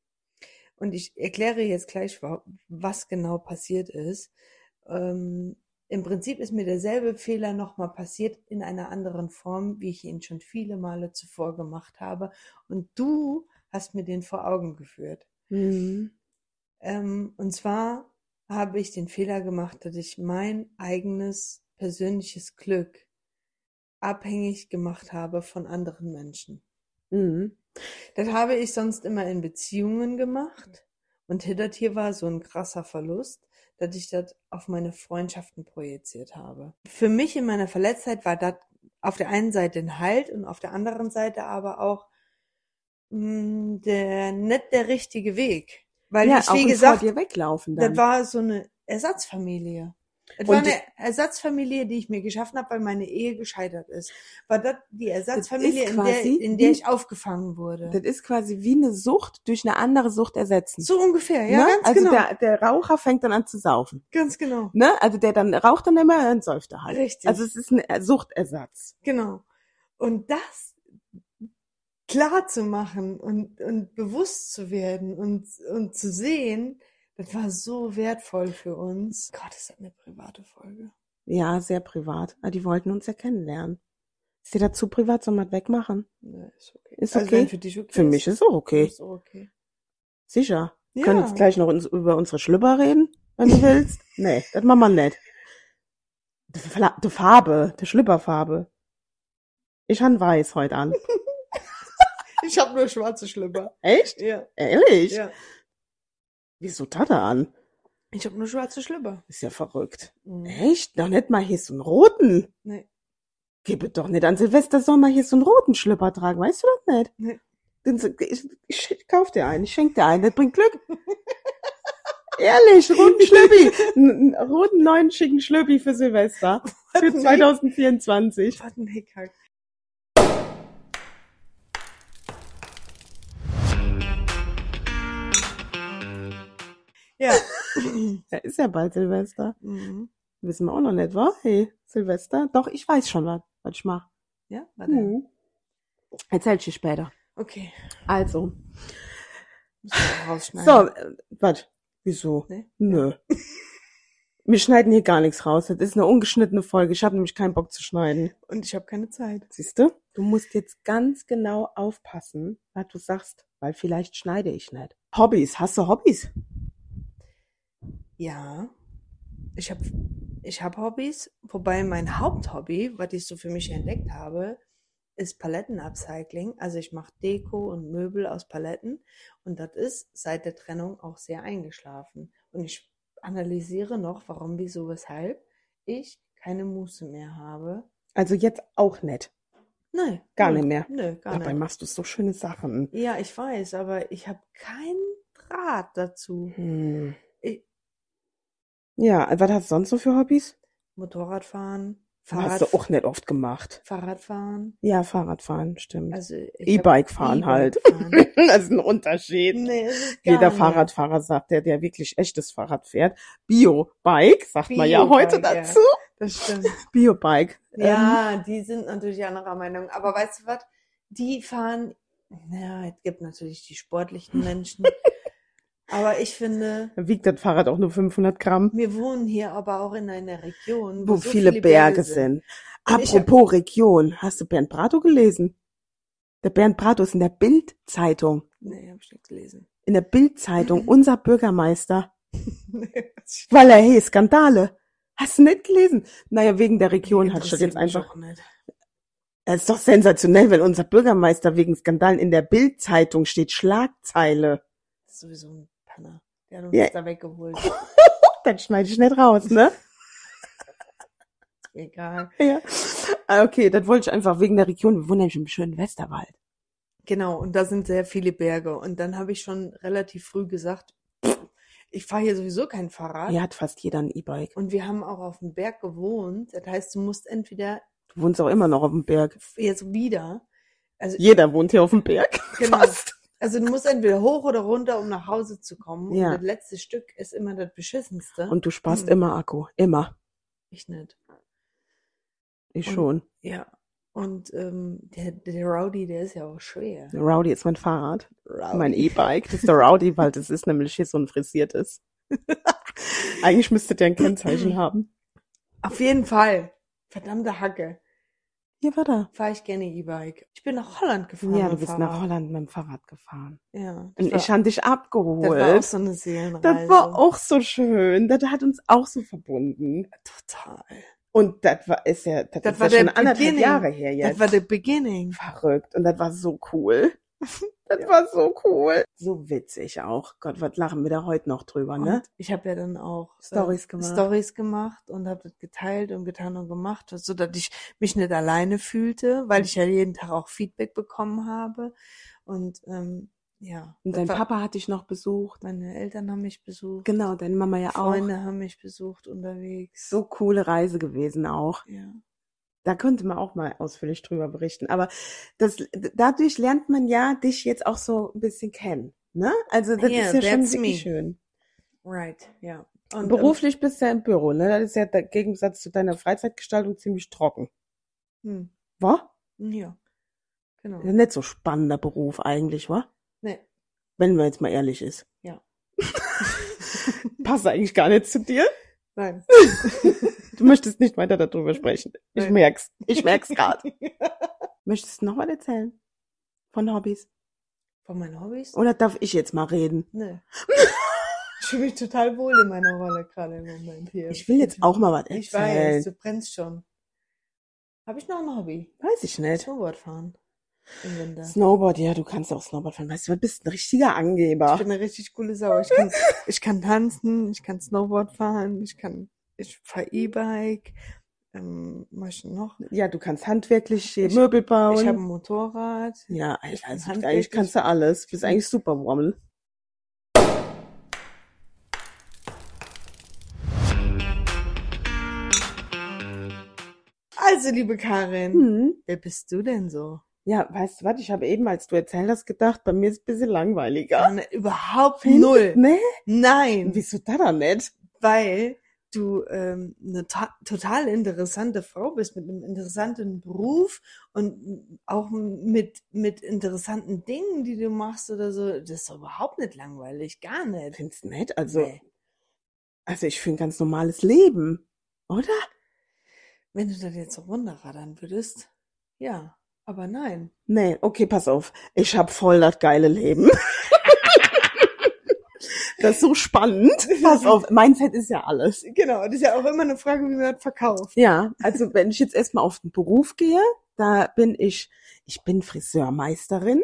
Speaker 2: Und ich erkläre jetzt gleich, wa- was genau passiert ist. Ähm, Im Prinzip ist mir derselbe Fehler nochmal passiert in einer anderen Form, wie ich ihn schon viele Male zuvor gemacht habe. Und du hast mir den vor Augen geführt.
Speaker 1: Mhm.
Speaker 2: Ähm, und zwar habe ich den Fehler gemacht, dass ich mein eigenes persönliches Glück abhängig gemacht habe von anderen Menschen.
Speaker 1: Mhm.
Speaker 2: Das habe ich sonst immer in Beziehungen gemacht. Und hinter hier war so ein krasser Verlust, dass ich das auf meine Freundschaften projiziert habe. Für mich in meiner Verletztheit war das auf der einen Seite ein Halt und auf der anderen Seite aber auch mh, der, nicht der richtige Weg. Weil
Speaker 1: ja,
Speaker 2: ich,
Speaker 1: auch
Speaker 2: wie
Speaker 1: ein
Speaker 2: gesagt,
Speaker 1: vor dir weglaufen
Speaker 2: das
Speaker 1: dann.
Speaker 2: war so eine Ersatzfamilie. Es
Speaker 1: Und
Speaker 2: war
Speaker 1: das-
Speaker 2: eine Ersatzfamilie, die ich mir geschaffen habe, weil meine Ehe gescheitert ist. War das die Ersatzfamilie,
Speaker 1: ist
Speaker 2: in, der,
Speaker 1: quasi
Speaker 2: in der
Speaker 1: wie-
Speaker 2: ich aufgefangen wurde?
Speaker 1: das ist quasi wie eine Sucht durch eine andere Sucht ersetzen.
Speaker 2: So ungefähr, ja,
Speaker 1: ne?
Speaker 2: ganz
Speaker 1: also
Speaker 2: genau.
Speaker 1: der, der Raucher fängt dann an zu saufen.
Speaker 2: ganz genau.
Speaker 1: Ne? Also der dann raucht dann immer, dann säuft er halt.
Speaker 2: Richtig.
Speaker 1: Also es ist ein Suchtersatz.
Speaker 2: Genau. Und das klar zu machen und, und bewusst zu werden und, und zu sehen, das war so wertvoll für uns. Gott, ist das eine private Folge.
Speaker 1: Ja, sehr privat. Ah, Die wollten uns ja kennenlernen. Ist dir dazu privat, soll man wegmachen?
Speaker 2: Ja, ist okay.
Speaker 1: Ist
Speaker 2: Also
Speaker 1: okay.
Speaker 2: wenn für dich okay
Speaker 1: Für mich ist auch okay.
Speaker 2: ist auch okay.
Speaker 1: Sicher.
Speaker 2: Ja.
Speaker 1: Können jetzt gleich noch uns, über unsere Schlüpper reden, wenn du willst. Nee, das machen wir nicht. Die, Fla- die Farbe, die Schlüpperfarbe. Ich han weiß heute an.
Speaker 2: Ich habe nur schwarze Schlüpper.
Speaker 1: Echt?
Speaker 2: Ja,
Speaker 1: Ehrlich?
Speaker 2: ja.
Speaker 1: Wieso da da an?
Speaker 2: Ich habe nur schwarze Schlüpper.
Speaker 1: Ist ja verrückt.
Speaker 2: Mhm.
Speaker 1: Echt? Noch nicht mal hier so einen roten.
Speaker 2: Nee.
Speaker 1: Gebe doch nicht an Silvester soll man hier so einen roten Schlüpper tragen, weißt du das nicht?
Speaker 2: Nee.
Speaker 1: Den so- Ich, ich, ich kauf dir einen, ich schenk dir einen, das bringt Glück. Ehrlich, roten Schlüppi. Einen einen roten neuen schicken Schlüppi für Silvester. Für
Speaker 2: Nee.
Speaker 1: 2024.
Speaker 2: Warte, ein Hickhack. Ja.
Speaker 1: Ja, ist ja bald Silvester.
Speaker 2: mhm.
Speaker 1: Wissen wir auch noch nicht, wa? Hey, Silvester. Doch, ich weiß schon, was, was ich mach.
Speaker 2: Ja, warte.
Speaker 1: Mhm. Erzähl ich dir später.
Speaker 2: Okay.
Speaker 1: Also.
Speaker 2: Müssen wir rausschneiden.
Speaker 1: So, äh, was? Wieso?
Speaker 2: Nee?
Speaker 1: Nö. Wir schneiden hier gar nichts raus. Das ist eine ungeschnittene Folge. Ich habe nämlich keinen Bock zu schneiden.
Speaker 2: Und ich habe keine Zeit.
Speaker 1: Siehst du? Du musst jetzt ganz genau aufpassen, was du sagst, weil vielleicht schneide ich nicht. Hobbys, hast du Hobbys?
Speaker 2: Ja. Ich habe ich hab Hobbys, wobei mein Haupthobby, was ich so für mich entdeckt habe, ist Palettenupcycling. Also ich mache Deko und Möbel aus Paletten und das ist seit der Trennung auch sehr eingeschlafen. Und ich analysiere noch, warum, wieso, weshalb ich keine Muße mehr habe.
Speaker 1: Also jetzt auch nicht.
Speaker 2: Nein.
Speaker 1: Gar
Speaker 2: null.
Speaker 1: nicht mehr.
Speaker 2: Nö, gar
Speaker 1: Dabei
Speaker 2: nicht.
Speaker 1: machst du so schöne Sachen.
Speaker 2: Ja, ich weiß, aber ich habe keinen Draht dazu.
Speaker 1: Hm.
Speaker 2: Ich-
Speaker 1: Ja, was hast du sonst so für Hobbys?
Speaker 2: Motorradfahren,
Speaker 1: Hast
Speaker 2: Fahrrad,
Speaker 1: du auch nicht oft gemacht.
Speaker 2: Fahrradfahren.
Speaker 1: Ja, Fahrradfahren, stimmt.
Speaker 2: Also ich hab
Speaker 1: E-Bike fahren
Speaker 2: E-Bike
Speaker 1: halt.
Speaker 2: fahren.
Speaker 1: das ist ein Unterschied.
Speaker 2: Nee, es ist gar
Speaker 1: Jeder
Speaker 2: nicht.
Speaker 1: Fahrradfahrer sagt, der, der wirklich echtes Fahrrad fährt. Bio-Bike, sagt man ja
Speaker 2: Bio-Bike,
Speaker 1: heute
Speaker 2: ja.
Speaker 1: dazu.
Speaker 2: Das stimmt.
Speaker 1: Bio-Bike. Ähm,
Speaker 2: Ja, die sind natürlich anderer Meinung. Aber weißt du was? Die fahren Ja, es gibt natürlich die sportlichen Menschen. aber ich finde,
Speaker 1: Da ähm, wiegt das Fahrrad auch nur 500 Gramm,
Speaker 2: wir wohnen hier aber auch in einer Region,
Speaker 1: wo
Speaker 2: so
Speaker 1: viele, Berge sind.
Speaker 2: Und ich
Speaker 1: Apropos Region, hast du Bernd Brato gelesen? Der Bernd Brato ist in der Bild-Zeitung.
Speaker 2: Nee, hab ich nicht gelesen.
Speaker 1: In der Bild-Zeitung, unser Bürgermeister.
Speaker 2: Nee, das
Speaker 1: Weil er, hey, Skandale. Hast du nicht gelesen? Naja, wegen der Region hat statt
Speaker 2: interessiert
Speaker 1: jetzt
Speaker 2: mich
Speaker 1: einfach.
Speaker 2: auch nicht.
Speaker 1: Es ist doch sensationell, wenn unser Bürgermeister wegen Skandalen in der Bild-Zeitung steht. Schlagzeile.
Speaker 2: Das ist sowieso ein Panner. Der hat uns
Speaker 1: Ja.
Speaker 2: da weggeholt.
Speaker 1: Dann schneide ich nicht raus, ne?
Speaker 2: Egal.
Speaker 1: Ja. Ah, Okay, das wollte ich einfach wegen der Region. Wir wohnen nämlich im schönen Westerwald.
Speaker 2: Genau, und da sind sehr viele Berge. Und dann habe ich schon relativ früh gesagt, ich fahre hier sowieso kein Fahrrad.
Speaker 1: Hier hat fast jeder ein E-Bike.
Speaker 2: Und wir haben auch auf dem Berg gewohnt. Das heißt, du musst entweder
Speaker 1: Du wohnst auch immer noch auf dem Berg.
Speaker 2: jetzt wieder, also,
Speaker 1: Jeder wohnt hier auf dem Berg.
Speaker 2: Genau.
Speaker 1: Fast.
Speaker 2: also du musst entweder hoch oder runter, um nach Hause zu kommen.
Speaker 1: Ja.
Speaker 2: Und das letzte Stück ist immer das Beschissenste.
Speaker 1: Und du sparst
Speaker 2: Mhm.
Speaker 1: immer Akku. Immer.
Speaker 2: ich nicht.
Speaker 1: Ich
Speaker 2: Und-
Speaker 1: schon.
Speaker 2: Ja. Und ähm, der, der Rowdy, der ist ja auch schwer.
Speaker 1: Rowdy ist mein Fahrrad.
Speaker 2: Rowdy.
Speaker 1: Mein E-Bike. Das ist der Rowdy, weil das ist nämlich hier so ein frisiertes. Eigentlich müsstet ihr ein Kennzeichen haben.
Speaker 2: Auf jeden Fall. Verdammte Hacke.
Speaker 1: Hier war da.
Speaker 2: Fahre ich gerne E-Bike. Ich bin nach Holland gefahren.
Speaker 1: Ja,
Speaker 2: mit
Speaker 1: du
Speaker 2: dem
Speaker 1: bist
Speaker 2: Fahrrad.
Speaker 1: nach Holland mit dem Fahrrad gefahren.
Speaker 2: Ja. das
Speaker 1: Und
Speaker 2: war-
Speaker 1: ich habe dich
Speaker 2: Das war auch
Speaker 1: abgeholt.
Speaker 2: so eine Seelenreise.
Speaker 1: Das war auch so schön. Das hat uns auch so verbunden.
Speaker 2: total.
Speaker 1: Und das war, ist ja, das,
Speaker 2: Das
Speaker 1: ist
Speaker 2: war
Speaker 1: ja schon
Speaker 2: der
Speaker 1: anderthalb
Speaker 2: Beginning.
Speaker 1: Jahre her
Speaker 2: Das
Speaker 1: jetzt.
Speaker 2: war der Beginning.
Speaker 1: verrückt. Und das war so cool. Das war so cool. So witzig auch. Gott, was lachen wir da heute noch drüber, ne?
Speaker 2: Und ich habe ja dann auch äh,
Speaker 1: Stories gemacht.
Speaker 2: Stories gemacht und habe das geteilt und getan und gemacht, so dass ich mich nicht alleine fühlte,
Speaker 1: Mhm.
Speaker 2: weil ich ja jeden Tag auch Feedback bekommen habe. Und ähm, ja,
Speaker 1: Und
Speaker 2: das
Speaker 1: dein
Speaker 2: war-
Speaker 1: Papa hat dich noch besucht.
Speaker 2: meine Eltern haben mich besucht,
Speaker 1: Genau, deine Mama ja auch.
Speaker 2: Freunde haben mich besucht unterwegs.
Speaker 1: So coole Reise gewesen auch.
Speaker 2: Ja.
Speaker 1: Da könnte man auch mal ausführlich drüber berichten. Aber das, dadurch lernt man ja dich jetzt auch so ein bisschen kennen. Ne? Also das
Speaker 2: Yeah,
Speaker 1: ist ja schon
Speaker 2: that's
Speaker 1: wirklich
Speaker 2: me.
Speaker 1: schön.
Speaker 2: Right, ja.
Speaker 1: Und,
Speaker 2: Und ähm,
Speaker 1: Beruflich bist du ja im Büro, ne? Das ist ja der Gegensatz zu deiner Freizeitgestaltung ziemlich trocken.
Speaker 2: Ähm,
Speaker 1: Wa?
Speaker 2: hm, ja, genau.
Speaker 1: Nicht so spannender Beruf eigentlich, wa?
Speaker 2: Nee.
Speaker 1: Wenn man jetzt mal ehrlich ist.
Speaker 2: Ja.
Speaker 1: Passt eigentlich gar nicht zu dir.
Speaker 2: Nein.
Speaker 1: Du möchtest nicht weiter darüber sprechen. Ich
Speaker 2: Nein.
Speaker 1: merk's. Ich merk's gerade. möchtest du noch was erzählen? Von Hobbys?
Speaker 2: Von meinen Hobbys?
Speaker 1: Oder darf ich jetzt mal reden?
Speaker 2: Nee. Ich fühle mich total wohl in meiner Rolle gerade im Moment hier.
Speaker 1: Ich will jetzt auch mal was
Speaker 2: Ich weiß,
Speaker 1: erzählen.
Speaker 2: du brennst schon. Habe ich noch ein Hobby?
Speaker 1: Weiß ich nicht.
Speaker 2: Snowboard fahren. Im Winter.
Speaker 1: Snowboard, ja, du kannst auch Snowboard fahren. Weißt du, du bist ein richtiger
Speaker 2: Ich
Speaker 1: Angeber.
Speaker 2: bin eine richtig coole Sau. Ich kann, ich kann tanzen, ich kann Snowboard fahren, ich kann, ich fahre E-Bike. Ähm, was ich noch?
Speaker 1: Ja, du kannst handwerklich
Speaker 2: Ich-
Speaker 1: Möbel bauen.
Speaker 2: Ich habe ein Motorrad.
Speaker 1: ja,
Speaker 2: ich bin
Speaker 1: also, eigentlich
Speaker 2: handwerklich-
Speaker 1: kannst du alles. Du bist eigentlich Superwoman.
Speaker 2: Also, liebe Karin,
Speaker 1: Hm.
Speaker 2: wer bist du denn so?
Speaker 1: Ja, weißt du was, ich habe eben, als du erzählt hast, gedacht, bei mir ist ein bisschen langweiliger.
Speaker 2: Anne, Überhaupt null.
Speaker 1: Ne?
Speaker 2: Nein.
Speaker 1: Wieso da dann nicht?
Speaker 2: weil du ähm, eine ta- total interessante Frau bist mit einem interessanten Beruf und auch mit, mit interessanten Dingen, die du machst oder so. Das ist doch überhaupt nicht langweilig, gar nicht.
Speaker 1: Findest du nicht? Also,
Speaker 2: Nee.
Speaker 1: also ich fühle ein ganz normales Leben, oder?
Speaker 2: Wenn du das jetzt so runterradern würdest, ja, aber nein.
Speaker 1: Nee, okay, pass auf. Ich habe voll das geile Leben. das ist so spannend. Pass auf, Mindset ist ja alles.
Speaker 2: Genau, das ist ja auch immer eine Frage, wie man das verkauft.
Speaker 1: Ja, also wenn ich jetzt erstmal auf den Beruf gehe, da bin ich, ich bin Friseurmeisterin.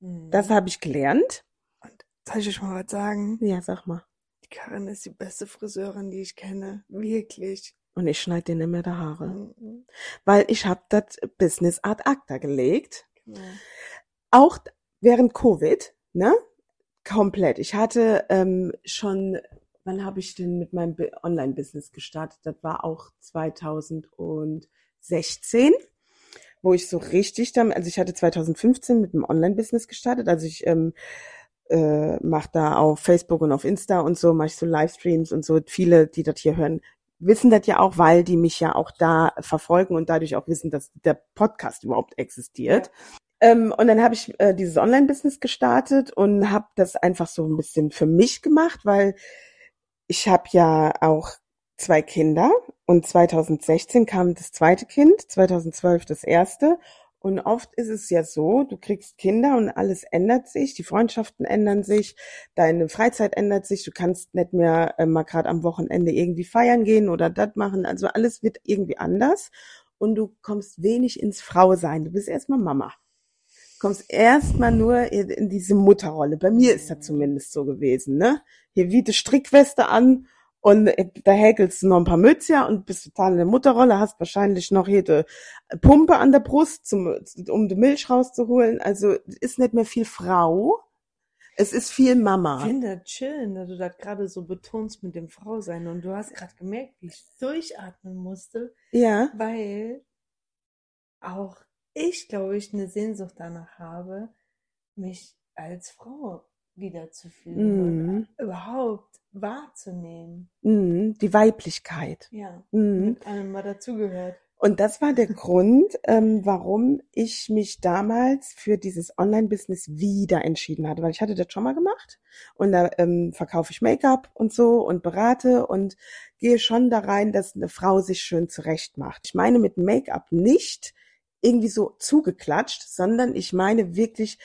Speaker 2: Das,
Speaker 1: Das habe ich gelernt.
Speaker 2: Hm. soll ich euch mal was sagen?
Speaker 1: Ja, sag mal.
Speaker 2: Die Karin ist die beste Friseurin, die ich kenne. Wirklich.
Speaker 1: Und ich schneide dir nicht mehr die Haare.
Speaker 2: Mhm.
Speaker 1: weil ich habe das Business ad acta gelegt.
Speaker 2: Genau.
Speaker 1: Auch während Covid, ne? Komplett. Ich hatte ähm, schon, wann habe ich denn mit meinem Bi- Online-Business gestartet? Das war auch 2016, wo ich so richtig dann, also ich hatte 2015 mit dem Online-Business gestartet. Also ich ähm, äh, mache da auf Facebook und auf Insta und so, mache ich so Livestreams und so. Viele, die das hier hören, wissen das ja auch, weil die mich ja auch da verfolgen und dadurch auch wissen, dass der Podcast überhaupt existiert. Ähm, und dann habe ich äh, dieses Online-Business gestartet und habe das einfach so ein bisschen für mich gemacht, weil ich habe ja auch zwei Kinder und 2016 kam das zweite Kind, 2012 das erste. Und oft ist es ja so, du kriegst Kinder und alles ändert sich, die Freundschaften ändern sich, deine Freizeit ändert sich, du kannst nicht mehr äh, mal gerade am Wochenende irgendwie feiern gehen oder das machen. Also alles wird irgendwie anders und du kommst wenig ins Frausein. Du bist erstmal Mama. Du kommst erstmal nur in diese Mutterrolle. Bei mir ist das zumindest so gewesen. Ne? Hier wiete Strickweste an und äh, da häkelst du noch ein paar Mützchen und bist total in der Mutterrolle, hast wahrscheinlich noch jede Pumpe an der Brust, zum, um die Milch rauszuholen. Also ist nicht mehr viel Frau, es ist viel
Speaker 2: Ich
Speaker 1: Mama.
Speaker 2: finde das schön, dass ne? du das gerade so betonst mit dem Frausein. Und du hast gerade gemerkt, wie ich durchatmen musste,
Speaker 1: Ja,
Speaker 2: weil auch ich, glaube ich, eine Sehnsucht danach habe, mich als Frau wiederzufühlen
Speaker 1: Mhm.
Speaker 2: und überhaupt wahrzunehmen.
Speaker 1: mhm. die Weiblichkeit.
Speaker 2: Ja,
Speaker 1: Mhm.
Speaker 2: mit allem mal dazugehört.
Speaker 1: Und das war der Grund, ähm, warum ich mich damals für dieses Online-Business wieder entschieden hatte, weil ich hatte das schon mal gemacht und da ähm, verkaufe ich Make-up und so und berate und gehe schon da rein, dass eine Frau sich schön zurecht macht. Ich meine mit Make-up nicht irgendwie so zugeklatscht, sondern ich meine wirklich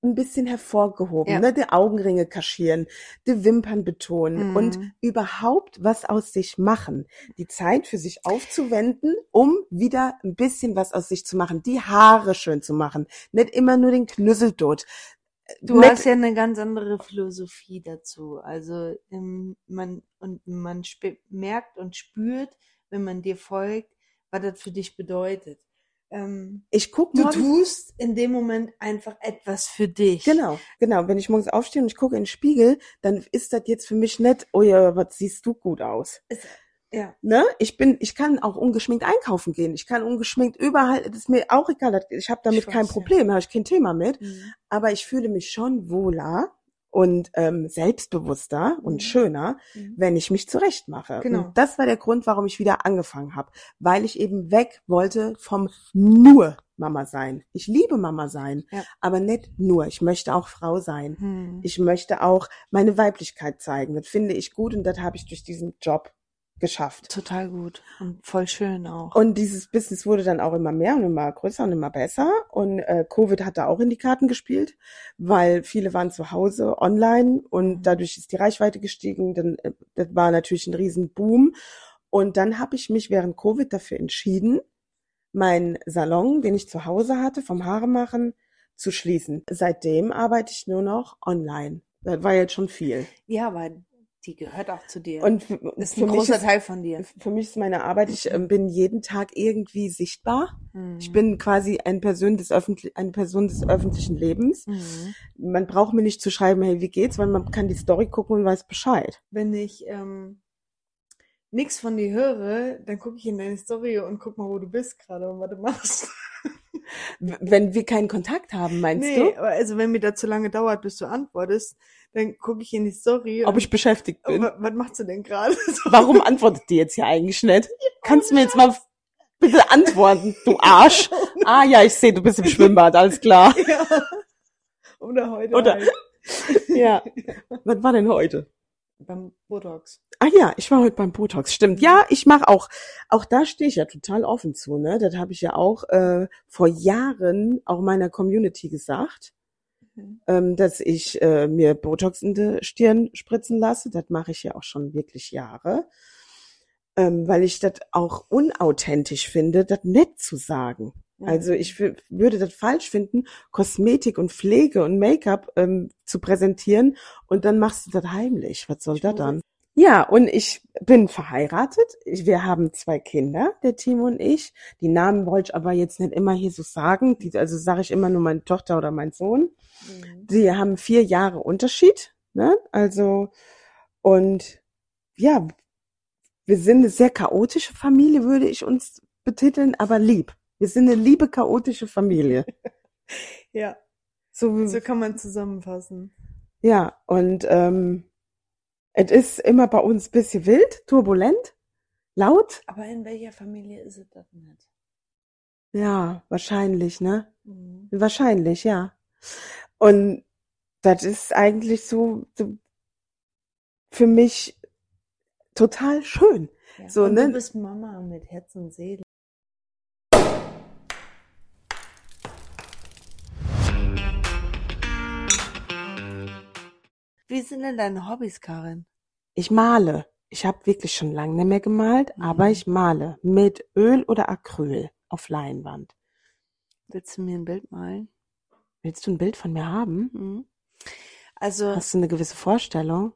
Speaker 1: ein bisschen hervorgehoben,
Speaker 2: Ja.
Speaker 1: ne? die Augenringe kaschieren, die Wimpern betonen und
Speaker 2: Mhm.
Speaker 1: überhaupt was aus sich machen die Zeit für sich aufzuwenden, um wieder ein bisschen was aus sich zu machen, die Haare schön zu machen, nicht immer nur den Knüssel tot.
Speaker 2: Du
Speaker 1: Nicht-
Speaker 2: hast ja eine ganz andere Philosophie dazu. Also ähm, man und man sp- merkt und spürt, wenn man dir folgt, was das für dich bedeutet. Ähm,
Speaker 1: ich guck
Speaker 2: du
Speaker 1: morgens,
Speaker 2: tust in dem Moment einfach etwas für dich.
Speaker 1: genau, genau, wenn ich morgens aufstehe und ich gucke in den Spiegel, dann ist das jetzt für mich nicht, oh ja, was siehst du gut aus.
Speaker 2: Es, ja,
Speaker 1: Ne? Ich bin, ich kann auch ungeschminkt einkaufen gehen, ich kann ungeschminkt überall, das ist mir auch egal, das- ich habe damit
Speaker 2: Ich weiß,
Speaker 1: kein
Speaker 2: ja.
Speaker 1: Problem, habe ich kein Thema mit.
Speaker 2: Mhm.
Speaker 1: aber ich fühle mich schon wohler und ähm, selbstbewusster
Speaker 2: Mhm.
Speaker 1: und schöner,
Speaker 2: Mhm.
Speaker 1: wenn ich mich zurecht mache.
Speaker 2: Genau.
Speaker 1: Und das war der Grund, warum ich wieder angefangen habe, weil ich eben weg wollte vom nur Mama sein. Ich liebe Mama sein,
Speaker 2: Ja.
Speaker 1: aber nicht nur. Ich möchte auch Frau sein.
Speaker 2: Hm.
Speaker 1: Ich möchte auch meine Weiblichkeit zeigen. Das finde ich gut und das habe ich durch diesen Job geschafft.
Speaker 2: total gut und voll schön auch.
Speaker 1: Und dieses Business wurde dann auch immer mehr und immer größer und immer besser. Und äh, Covid hat da auch in die Karten gespielt, weil viele waren zu Hause online und
Speaker 2: Mhm.
Speaker 1: dadurch ist die Reichweite gestiegen. Dann, äh, das war natürlich ein Riesenboom. Und dann habe ich mich während Covid dafür entschieden, meinen Salon, den ich zu Hause hatte, vom Haare machen, zu schließen. Seitdem arbeite ich nur noch online. Das war jetzt schon viel.
Speaker 2: ja, aber die gehört auch zu dir.
Speaker 1: Und f-
Speaker 2: ist
Speaker 1: für
Speaker 2: ein
Speaker 1: mich
Speaker 2: großer
Speaker 1: ist-
Speaker 2: Teil von dir.
Speaker 1: Für mich ist meine Arbeit, ich ähm, bin jeden Tag irgendwie sichtbar.
Speaker 2: Hm.
Speaker 1: Ich bin quasi ein Person des öffentlich, eine Person des öffentlichen Lebens.
Speaker 2: Mhm.
Speaker 1: Man braucht mir nicht zu schreiben, hey, wie geht's, weil man kann die Story gucken und weiß Bescheid.
Speaker 2: wenn ich ähm, nichts von dir höre, dann gucke ich in deine Story und guck mal, wo du bist gerade und was du machst.
Speaker 1: W- Wenn wir keinen Kontakt haben, meinst
Speaker 2: nee, aber also wenn mir das zu lange dauert, bis du antwortest, dann gucke ich in die Story
Speaker 1: du? Ob
Speaker 2: und
Speaker 1: ich beschäftigt
Speaker 2: oh,
Speaker 1: bin?
Speaker 2: wa- was machst du denn gerade? So.
Speaker 1: Warum antwortet die jetzt hier eigentlich nicht? Kannst du mir jetzt mal bitte antworten, du Arsch? Ah ja, ich sehe, du bist im Schwimmbad, alles klar.
Speaker 2: ja. Oder heute
Speaker 1: Oder-
Speaker 2: halt.
Speaker 1: Ja. Was war denn heute?
Speaker 2: beim Botox.
Speaker 1: Ah ja, ich war heute beim Botox, stimmt. Ja, ich mache auch, auch da stehe ich ja total offen zu, ne? Das habe ich ja auch äh, vor Jahren auch meiner Community gesagt,
Speaker 2: Mhm.
Speaker 1: ähm, dass ich äh, mir Botox in die Stirn spritzen lasse. Das mache ich ja auch schon wirklich Jahre, ähm, weil ich das auch unauthentisch finde, das nett zu sagen. Also ich wü- würde das falsch finden, Kosmetik und Pflege und Make-up ähm, zu präsentieren und dann machst du das heimlich. Was soll
Speaker 2: Ich
Speaker 1: das
Speaker 2: muss-
Speaker 1: dann? Ja, und ich bin verheiratet. Ich, wir haben zwei Kinder, der Timo und ich. Die Namen wollte ich aber jetzt nicht immer hier so sagen. Die, also sage ich immer nur meine Tochter oder mein Sohn.
Speaker 2: Mhm.
Speaker 1: Die haben vier Jahre Unterschied. Ne? Also, und ja, wir sind eine sehr chaotische Familie, würde ich uns betiteln, aber lieb. Wir sind eine liebe, chaotische Familie.
Speaker 2: Ja,
Speaker 1: So,
Speaker 2: so kann man zusammenfassen.
Speaker 1: ja, und ähm, es ist immer bei uns ein bisschen wild, turbulent, laut.
Speaker 2: Aber in welcher Familie ist es das nicht?
Speaker 1: Ja, wahrscheinlich, ne?
Speaker 2: Mhm.
Speaker 1: Wahrscheinlich, ja. Und das ist eigentlich so, so für mich total schön.
Speaker 2: Ja.
Speaker 1: So,
Speaker 2: und
Speaker 1: ne?
Speaker 2: du bist Mama mit Herz und Seele. Wie sind denn deine Hobbys, Karin?
Speaker 1: Ich male. Ich habe wirklich schon lange nicht mehr gemalt,
Speaker 2: Mhm.
Speaker 1: aber ich male mit Öl oder Acryl auf Leinwand.
Speaker 2: Willst du mir ein Bild malen?
Speaker 1: Willst du ein Bild von mir haben?
Speaker 2: Mhm. Also,
Speaker 1: Hast du eine gewisse Vorstellung?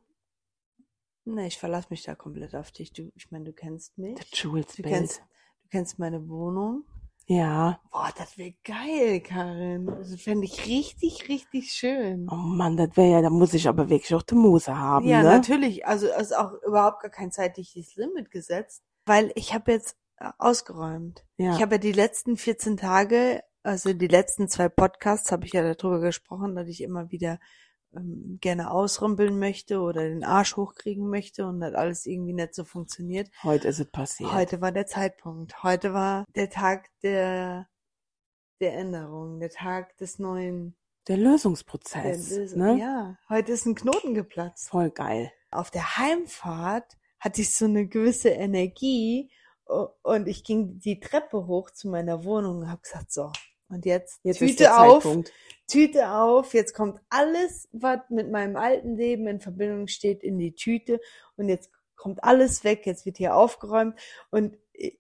Speaker 2: ne, ich verlasse mich da komplett auf dich. Du, ich meine, du kennst mich.
Speaker 1: Das Jules
Speaker 2: Du
Speaker 1: Bild.
Speaker 2: kennst, du kennst meine Wohnung.
Speaker 1: Ja.
Speaker 2: Boah, das wäre geil, Karin. Das fände ich richtig, richtig schön.
Speaker 1: Oh Mann, das wäre ja, da muss ich aber wirklich auch die Muse haben,
Speaker 2: ja,
Speaker 1: ne?
Speaker 2: natürlich. Also es ist auch überhaupt gar kein zeitliches Limit gesetzt, weil ich habe jetzt äh, ausgeräumt.
Speaker 1: Ja.
Speaker 2: Ich habe ja die letzten 14 Tage, also die letzten zwei Podcasts, habe ich ja darüber gesprochen, dass ich immer wieder ähm, gerne ausrümpeln möchte oder den Arsch hochkriegen möchte und das alles irgendwie nicht so funktioniert.
Speaker 1: Heute ist es passiert.
Speaker 2: Heute war der Zeitpunkt. Heute war der Tag der, der Änderung, der Tag des neuen.
Speaker 1: Der Lösungsprozess,
Speaker 2: der, des,
Speaker 1: ne?
Speaker 2: Ja, heute ist ein Knoten geplatzt
Speaker 1: Voll geil.
Speaker 2: auf der Heimfahrt hatte ich so eine gewisse Energie o- und ich ging die Treppe hoch zu meiner Wohnung und habe gesagt, so, und jetzt,
Speaker 1: Jetzt ist
Speaker 2: Tüte
Speaker 1: der
Speaker 2: auf,
Speaker 1: Zeitpunkt.
Speaker 2: Tüte auf, jetzt kommt alles, was mit meinem alten Leben in Verbindung steht, in die Tüte und jetzt kommt alles weg, jetzt wird hier aufgeräumt und äh,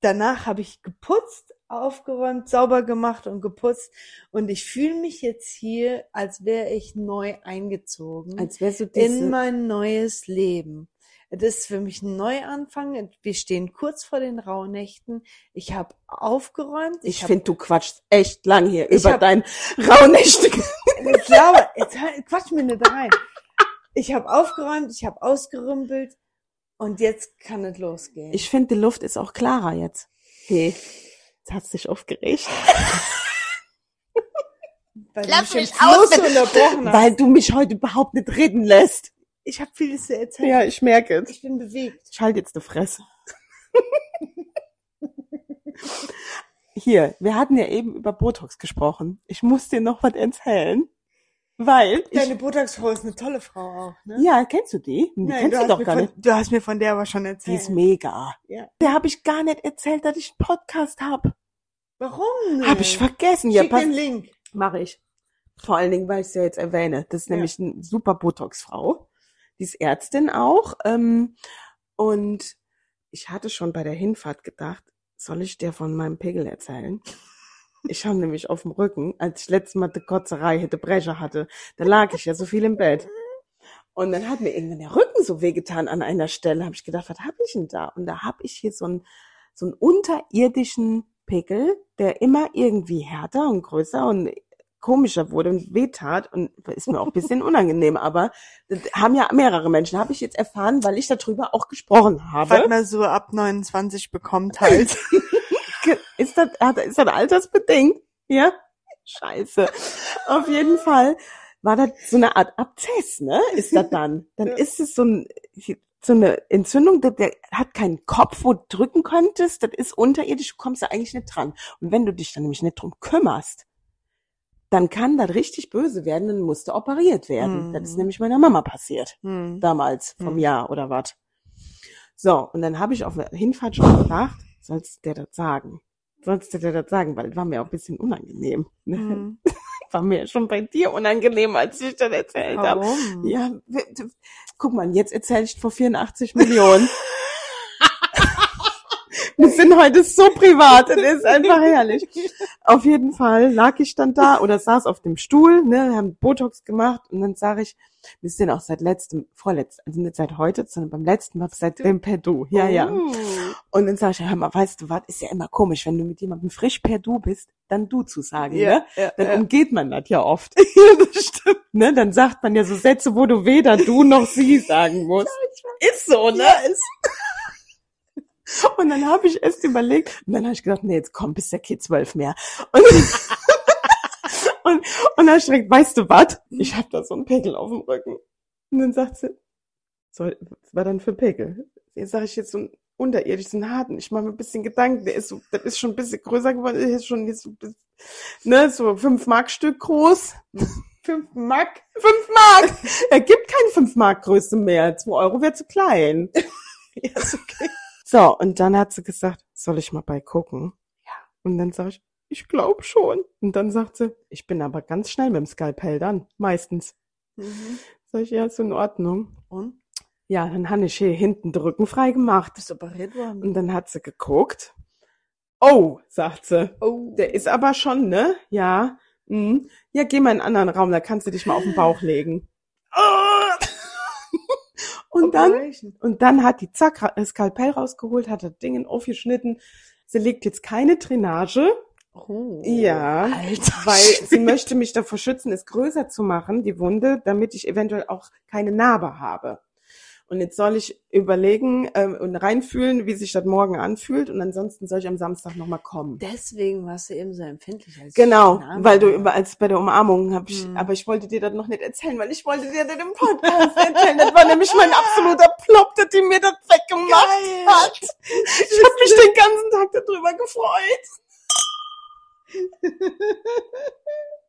Speaker 2: danach habe ich geputzt, aufgeräumt, sauber gemacht und geputzt und ich fühle mich jetzt hier, als wäre ich neu eingezogen
Speaker 1: Als wärst du
Speaker 2: in
Speaker 1: diese,
Speaker 2: mein neues Leben. Das ist für mich ein Neuanfang. Wir stehen kurz vor den Rauhnächten. Ich habe aufgeräumt.
Speaker 1: ich
Speaker 2: hab-
Speaker 1: finde, du quatschst echt lang hier
Speaker 2: Ich
Speaker 1: über
Speaker 2: hab-
Speaker 1: dein raunächtigen.
Speaker 2: ich glaube, jetzt hör- quatsch mir nicht rein. Ich habe aufgeräumt, ich habe ausgerümpelt und jetzt kann es losgehen.
Speaker 1: Ich finde, die Luft ist auch klarer jetzt. Hey, jetzt hast du dich aufgeregt.
Speaker 2: weil du
Speaker 3: Lass
Speaker 2: mich im
Speaker 3: mich aus
Speaker 2: Fluss unterbrochen hast.
Speaker 1: Weil du mich heute überhaupt nicht reden lässt.
Speaker 2: Ich habe vieles zu erzählen.
Speaker 1: Ja, ich merke es.
Speaker 2: Ich bin bewegt.
Speaker 1: Ich halte jetzt eine Fresse. Hier, wir hatten ja eben über Botox gesprochen. Ich muss dir noch was erzählen, weil ich,
Speaker 2: Deine Botox-Frau ist eine tolle Frau auch, ne?
Speaker 1: ja, kennst du die? Die
Speaker 2: Nein,
Speaker 1: kennst du
Speaker 2: hast
Speaker 1: doch
Speaker 2: mir
Speaker 1: gar
Speaker 2: von,
Speaker 1: nicht.
Speaker 2: Du hast mir von der aber schon
Speaker 1: Die ist
Speaker 2: erzählt.
Speaker 1: mega.
Speaker 2: Ja.
Speaker 1: Der habe ich gar nicht erzählt, dass ich einen Podcast habe.
Speaker 2: Warum? nicht?
Speaker 1: Habe ich vergessen. Ja,
Speaker 2: Schick
Speaker 1: pass,
Speaker 2: den Link.
Speaker 1: mache ich. Vor allen Dingen, weil ich es ja jetzt erwähne. Das ist
Speaker 2: Ja.
Speaker 1: nämlich eine super Botox-Frau. Die ist Ärztin auch. Ähm, und ich hatte schon bei der Hinfahrt gedacht, soll ich dir von meinem Pickel erzählen? Ich habe nämlich auf dem Rücken, als ich letztes Mal die Kotzerei hätte Brecher hatte, da lag ich ja so viel im Bett. Und dann hat mir irgendwann der Rücken so wehgetan an einer Stelle. Habe ich gedacht, was habe ich denn da? Und da habe ich hier so einen, so einen unterirdischen Pickel, der immer irgendwie härter und größer und komischer wurde und wehtat und ist mir auch ein bisschen unangenehm, aber das haben ja mehrere Menschen, habe ich jetzt erfahren, weil ich darüber auch gesprochen
Speaker 2: was
Speaker 1: habe.
Speaker 2: man so ab 29 bekommt halt.
Speaker 1: Ist das, hat- ist das altersbedingt? Ja? Scheiße. Auf jeden Fall war das so eine Art Abzess, ne? Ist das dann? Dann
Speaker 2: Ja.
Speaker 1: ist es so, ein, so eine Entzündung, der, der hat keinen Kopf, wo du drücken könntest, das ist unterirdisch, du kommst da eigentlich nicht dran. Und wenn du dich dann nämlich nicht drum kümmerst, dann kann das richtig böse werden, dann musst du operiert werden.
Speaker 2: Mhm.
Speaker 1: Das ist nämlich meiner Mama passiert
Speaker 2: Hm.
Speaker 1: damals vom
Speaker 2: Hm.
Speaker 1: Jahr oder was. So, und dann habe ich auf der Hinfahrt schon gedacht, sollst der das sagen? Sollst du dir das sagen, weil war mir auch ein bisschen unangenehm. ne?
Speaker 2: Hm.
Speaker 1: War mir schon bei dir unangenehm, als ich das erzählt habe.
Speaker 2: Warum?
Speaker 1: Ja, w- d- guck mal, jetzt erzähle ich vor 84 Millionen. Wir sind heute so privat, das ist einfach herrlich. Auf jeden Fall lag ich dann da oder saß auf dem Stuhl, ne, haben Botox gemacht und dann sage ich, wir sind auch seit letztem, vorletzt, also nicht seit heute, sondern beim letzten Mal, seit dem Perdu. Ja, ja.
Speaker 2: Oh.
Speaker 1: Und dann sage ich, hör mal, weißt du was, ist ja immer komisch, wenn du mit jemandem frisch per Du bist, dann du zu sagen, ne?
Speaker 2: Ja, ja,
Speaker 1: dann
Speaker 2: ja.
Speaker 1: umgeht man das ja oft. ja, das stimmt. Ne? Dann sagt man ja so Sätze, wo du weder du noch sie sagen musst. ist so, ne? ist. Und dann habe ich erst überlegt, und dann habe ich gedacht, nee, jetzt komm, bist der Kind zwölf mehr. Und, und, und dann schreckt, weißt du was? Ich habe da so einen Pickel auf dem Rücken. Und dann sagt sie, soll, was war dann für Pickel? Jetzt sage ich jetzt so ein unterirdischen Harten. Ich mache mir ein bisschen Gedanken, der ist so, der ist schon ein bisschen größer geworden, der ist schon jetzt so, ne, so fünf Mark Stück groß.
Speaker 2: Fünf Mark.
Speaker 1: Fünf Mark! Er gibt keine fünf Mark Größe mehr. Zwei Euro wäre zu klein.
Speaker 2: Ja, ist okay.
Speaker 1: So, und dann hat sie gesagt, soll ich mal bei gucken? Ja. Und dann sage ich, ich glaube schon. Und dann sagt sie, ich bin aber ganz schnell mit dem Skalpell dann, meistens. Sag ich, ja, ist in Ordnung.
Speaker 2: Mhm. Und?
Speaker 1: Ja, dann habe ich hier hinten den Rücken frei gemacht.
Speaker 2: Bist du operiert worden?
Speaker 1: Und dann hat sie geguckt. Oh, sagt sie,
Speaker 2: Oh.
Speaker 1: der ist aber schon, ne? Ja. Mhm. Ja, geh mal in einen anderen Raum, da kannst du dich mal auf den Bauch legen. Ah! Und dann und dann hat die zack ra- das Skalpell rausgeholt, hat das Ding aufgeschnitten. Sie legt jetzt keine Drainage,
Speaker 2: Oh.
Speaker 1: Ja,
Speaker 2: Alter.
Speaker 1: weil sie möchte mich davor schützen, es größer zu machen, die Wunde, damit ich eventuell auch keine Narbe habe. Und jetzt soll ich überlegen ähm, und reinfühlen, wie sich das morgen anfühlt. Und ansonsten soll ich am Samstag nochmal kommen.
Speaker 2: Deswegen warst du eben so empfindlich. Als
Speaker 1: Genau,
Speaker 2: Name.
Speaker 1: weil du über, als bei der Umarmung habe ich,
Speaker 2: Mhm.
Speaker 1: aber ich wollte dir das noch nicht erzählen, weil ich wollte dir das im Podcast erzählen. Das war nämlich mein absoluter Plop, dass die mir das weggemacht
Speaker 2: Geil.
Speaker 1: hat. Ich habe mich den ganzen Tag darüber gefreut.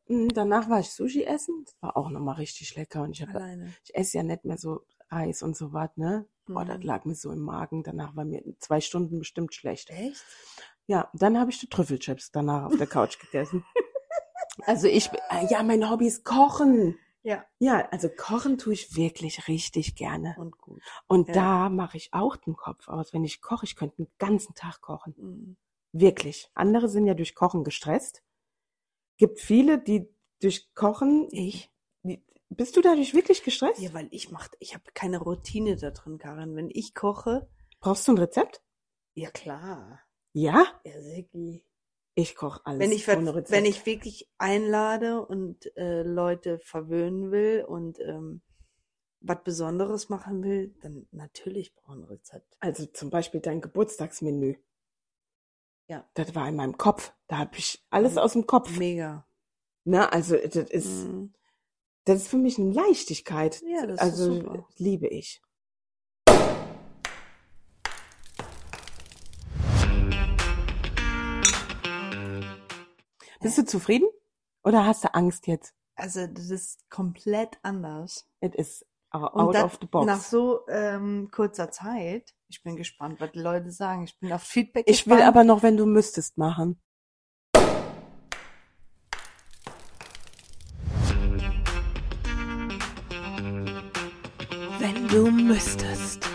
Speaker 1: Mm, Danach war ich Sushi essen. Das war auch nochmal richtig lecker. Und ich, hab,
Speaker 2: Alleine.
Speaker 1: ich esse ja nicht mehr so Reis und so was, ne? Boah, das
Speaker 2: Mhm.
Speaker 1: lag mir so im Magen. Danach war mir zwei Stunden bestimmt schlecht.
Speaker 2: Echt?
Speaker 1: Ja, dann habe ich die Trüffelchips danach auf der Couch gegessen. Also ich, äh, ja, mein Hobby ist Kochen.
Speaker 2: Ja.
Speaker 1: Ja, also kochen tue ich wirklich richtig gerne.
Speaker 2: Und gut.
Speaker 1: Und
Speaker 2: Ja.
Speaker 1: da mache ich auch den Kopf aus. Wenn ich koche, ich könnte den ganzen Tag kochen.
Speaker 2: Mhm.
Speaker 1: Wirklich. Andere sind ja durch Kochen gestresst. Gibt viele, die durch Kochen.
Speaker 2: Ich?
Speaker 1: die- Bist du dadurch wirklich gestresst?
Speaker 2: Ja, weil ich mach, ich habe keine Routine da drin, Karin. Wenn ich koche,
Speaker 1: Brauchst du ein Rezept?
Speaker 2: ja klar.
Speaker 1: Ja,
Speaker 2: Ja, Siggi.
Speaker 1: ich koche alles
Speaker 2: Wenn ich, ver-
Speaker 1: ohne Rezept.
Speaker 2: wenn ich wirklich einlade und äh, Leute verwöhnen will und ähm, was Besonderes machen will, dann natürlich brauche ich ein Rezept.
Speaker 1: also zum Beispiel dein Geburtstagsmenü.
Speaker 2: Ja.
Speaker 1: Das war in meinem Kopf. Da habe ich alles
Speaker 2: Mhm.
Speaker 1: aus dem Kopf.
Speaker 2: Mega.
Speaker 1: Ne? Also das ist,
Speaker 2: Mhm.
Speaker 1: das ist für mich eine Leichtigkeit.
Speaker 2: Ja, das ist
Speaker 1: also
Speaker 2: super.
Speaker 1: liebe ich. Bist du zufrieden? Oder hast du Angst jetzt?
Speaker 2: Also das ist komplett anders.
Speaker 1: It is
Speaker 2: Und
Speaker 1: out
Speaker 2: das
Speaker 1: of the box.
Speaker 2: nach so ähm, kurzer Zeit. Ich bin gespannt, was die Leute sagen. Ich bin auf Feedback
Speaker 1: ich will
Speaker 2: gespannt.
Speaker 1: aber noch, wenn du müsstest, machen.
Speaker 2: wenn du müsstest.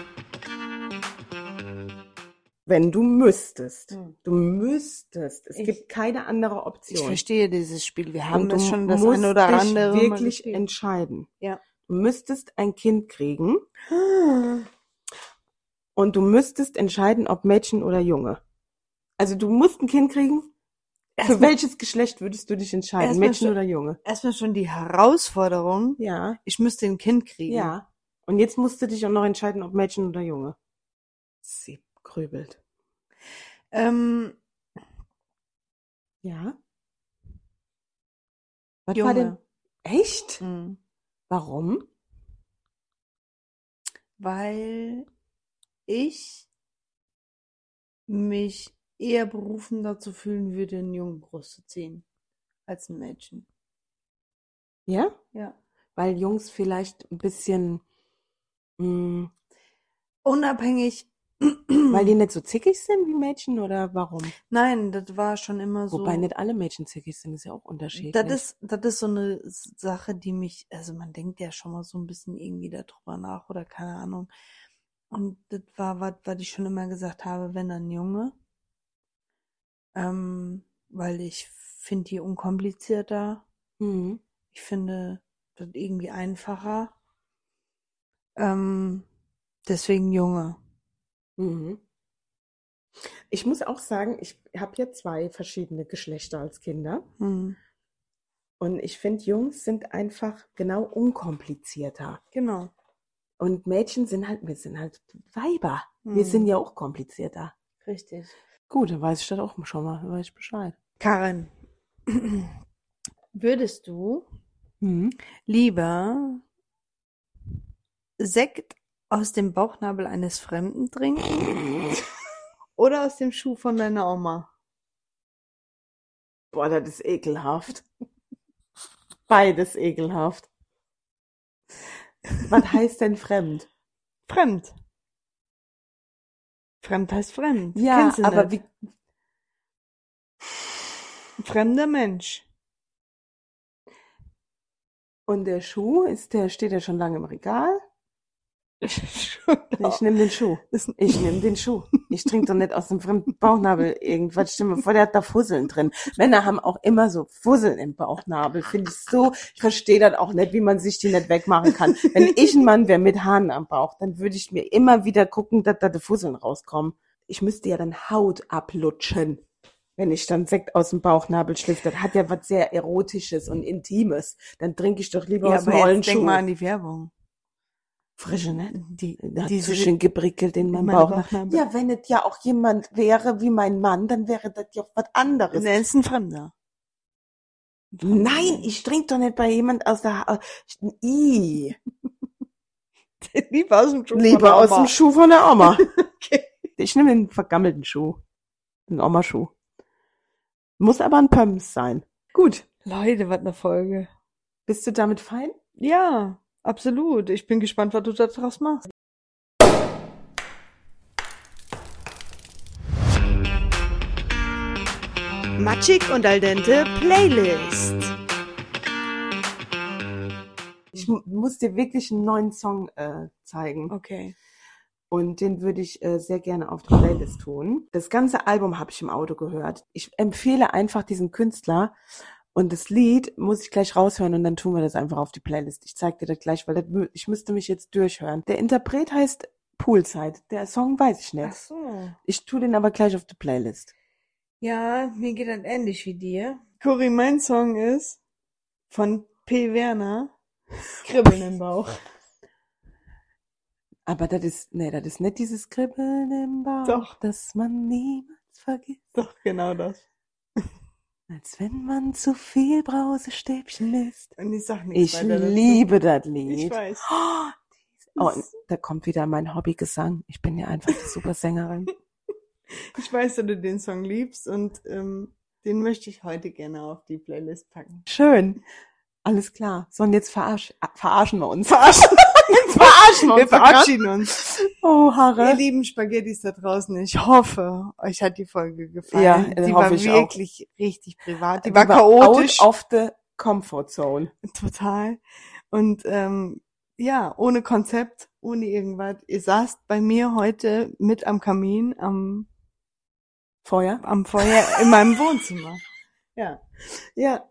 Speaker 1: Wenn du müsstest.
Speaker 2: Hm.
Speaker 1: Du müsstest. Es
Speaker 2: Ich-
Speaker 1: gibt keine andere
Speaker 2: Ich
Speaker 1: Option.
Speaker 2: verstehe dieses Spiel. Wir
Speaker 1: Und
Speaker 2: haben
Speaker 1: du
Speaker 2: das schon das
Speaker 1: musst
Speaker 2: ein oder
Speaker 1: dich
Speaker 2: andere Mal
Speaker 1: wirklich
Speaker 2: gespielt.
Speaker 1: entscheiden.
Speaker 2: Ja. Ah.
Speaker 1: Du müsstest ein Kind kriegen und du müsstest entscheiden, ob Mädchen oder Junge. Also du musst ein Kind kriegen. Für
Speaker 2: Erstmal,
Speaker 1: welches Geschlecht würdest du dich entscheiden?
Speaker 2: Erstmal
Speaker 1: Mädchen
Speaker 2: schon-
Speaker 1: oder Junge?
Speaker 2: erstmal schon die Herausforderung,
Speaker 1: Ja.
Speaker 2: ich müsste ein Kind kriegen.
Speaker 1: Ja. Und jetzt musst du dich auch noch entscheiden, ob Mädchen oder Junge. Sie grübelt.
Speaker 2: Ähm,
Speaker 1: Ja. Was war
Speaker 2: Junge.
Speaker 1: denn? Echt?
Speaker 2: Mhm.
Speaker 1: Warum?
Speaker 2: Weil ich mich eher berufen dazu fühlen würde, einen Jungen großzuziehen, als ein Mädchen.
Speaker 1: Ja?
Speaker 2: Ja.
Speaker 1: Weil Jungs vielleicht ein bisschen, mh,
Speaker 2: Unabhängig.
Speaker 1: weil die nicht so zickig sind wie Mädchen oder warum?
Speaker 2: Nein, das war schon immer so.
Speaker 1: Wobei nicht alle Mädchen zickig sind, Also ist ja auch unterschiedlich.
Speaker 2: Das ist, das ist so eine Sache, die mich, also man denkt ja schon mal so ein bisschen irgendwie darüber nach oder keine Ahnung. Und das war was, was ich schon immer gesagt habe, wenn dann Junge. Ähm, weil ich finde die unkomplizierter.
Speaker 1: Mhm.
Speaker 2: Ich finde das irgendwie einfacher. Ähm, deswegen Junge.
Speaker 1: Mhm. Ich muss auch sagen, ich habe ja zwei verschiedene Geschlechter als Kinder.
Speaker 2: Hm,
Speaker 1: Und ich finde, Jungs sind einfach genau unkomplizierter.
Speaker 2: genau.
Speaker 1: Und Mädchen sind halt, wir sind halt Weiber. Wir
Speaker 2: Hm,
Speaker 1: sind ja auch komplizierter.
Speaker 2: richtig.
Speaker 1: Mhm. Gut, dann weiß ich das auch schon mal, dann weiß ich Bescheid.
Speaker 2: Karin, würdest du
Speaker 1: Mhm.
Speaker 2: lieber Sekt Aus dem Bauchnabel eines Fremden
Speaker 1: Mhm.
Speaker 2: trinken? Oder aus dem Schuh von deiner Oma?
Speaker 1: Boah, das ist ekelhaft. Beides ekelhaft. Was heißt denn fremd?
Speaker 2: Fremd. Fremd heißt fremd.
Speaker 1: Ja,
Speaker 2: Kennst du
Speaker 1: aber
Speaker 2: nicht. Fremder Mensch.
Speaker 1: Und der Schuh ist der steht ja schon lange im Regal.
Speaker 2: Schon
Speaker 1: Ich nehme den Schuh.
Speaker 2: Ist-
Speaker 1: Ich nehme den Schuh. Ich trinke doch nicht aus dem fremden Bauchnabel irgendwas. Stimme vor, der hat da Fusseln drin. Männer haben auch immer so Fusseln im Bauchnabel. Finde ich so. Ich verstehe das auch nicht, wie man sich die nicht wegmachen kann. Wenn ich ein Mann wäre mit Haaren am Bauch, dann würde ich mir immer wieder gucken, dass da die Fusseln rauskommen. Ich müsste ja dann Haut ablutschen, wenn ich dann Sekt aus dem Bauchnabel schlüpfe. Das hat ja was sehr Erotisches und Intimes. Dann trinke ich doch lieber
Speaker 2: ja,
Speaker 1: aus dem
Speaker 2: aber
Speaker 1: ollen
Speaker 2: jetzt denk mal
Speaker 1: Schuh.
Speaker 2: an die Werbung.
Speaker 1: Frische, ne?
Speaker 2: Die,
Speaker 1: Da
Speaker 2: diese-
Speaker 1: zwischen geprickelt in meinem
Speaker 2: meine
Speaker 1: Bauch. ne?
Speaker 2: Bauchnabel.
Speaker 1: Ja, wenn es ja auch jemand wäre wie mein Mann, dann wäre das ja auch was anderes.
Speaker 2: Nein, ist ein Fremder.
Speaker 1: Nein, ich trinke doch nicht bei jemand aus der. Ich, I.
Speaker 2: Lieber aus dem Schuh. von
Speaker 1: Lieber
Speaker 2: der
Speaker 1: aus
Speaker 2: Oma.
Speaker 1: dem Schuh von der Oma.
Speaker 2: Okay.
Speaker 1: Ich nehme den vergammelten Schuh. Den Omaschuh. Muss aber ein Pumps sein. Gut.
Speaker 2: Leute, was eine Folge.
Speaker 1: Bist du damit fein?
Speaker 2: Ja, absolut. Ich bin gespannt, was du da draus machst. Matschig und al dente Playlist.
Speaker 1: Ich mu- muss dir wirklich einen neuen Song äh, zeigen.
Speaker 2: Okay.
Speaker 1: Und den würde ich äh, sehr gerne auf die Playlist tun. Das ganze Album habe ich im Auto gehört. Ich empfehle einfach diesen Künstler. Und das Lied muss ich gleich raushören und dann tun wir das einfach auf die Playlist. Ich zeig dir das gleich, weil das, mü- ich müsste mich jetzt durchhören. Der Interpret heißt Poolside. Der Song weiß ich
Speaker 2: Ach
Speaker 1: nicht.
Speaker 2: so.
Speaker 1: Ich tue den aber gleich auf die Playlist.
Speaker 2: Ja, mir geht das ähnlich wie dir. Cory, mein Song ist von P. Werner. Kribbeln im Bauch.
Speaker 1: Aber das ist, nee, das ist nicht dieses Kribbeln im Bauch,
Speaker 2: Doch.
Speaker 1: das man niemals vergisst.
Speaker 2: Doch, genau das.
Speaker 1: Als wenn man zu viel Brausestäbchen isst.
Speaker 2: Und ich sag nichts
Speaker 1: Ich
Speaker 2: weiter dazu.
Speaker 1: liebe das Lied.
Speaker 2: Ich weiß.
Speaker 1: Oh, Oh, und da kommt wieder mein Hobbygesang. Ich bin ja einfach eine super Sängerin.
Speaker 2: Ich weiß, dass du den Song liebst und ähm, den möchte ich heute gerne auf die Playlist packen.
Speaker 1: Schön. Alles klar. So, und jetzt verarsch, ah, verarschen wir uns. Verarschen, jetzt verarschen wir
Speaker 2: Wir
Speaker 1: uns. Verarschen.
Speaker 2: verabschieden uns.
Speaker 1: Oh,
Speaker 2: Ihr
Speaker 1: Harre.
Speaker 2: lieben Spaghettis da draußen, ich hoffe, euch hat die Folge
Speaker 1: Ja,
Speaker 2: gefallen.
Speaker 1: das
Speaker 2: die
Speaker 1: hoffe
Speaker 2: war
Speaker 1: ich auch.
Speaker 2: wirklich richtig privat. Die,
Speaker 1: Die
Speaker 2: war chaotisch.
Speaker 1: Out of the comfort zone.
Speaker 2: Total. Und ähm, ja, ohne Konzept, ohne irgendwas. Ihr saßt bei mir heute mit am Kamin, am,
Speaker 1: Feuer.
Speaker 2: am Feuer in meinem Wohnzimmer. Ja.
Speaker 1: Ja,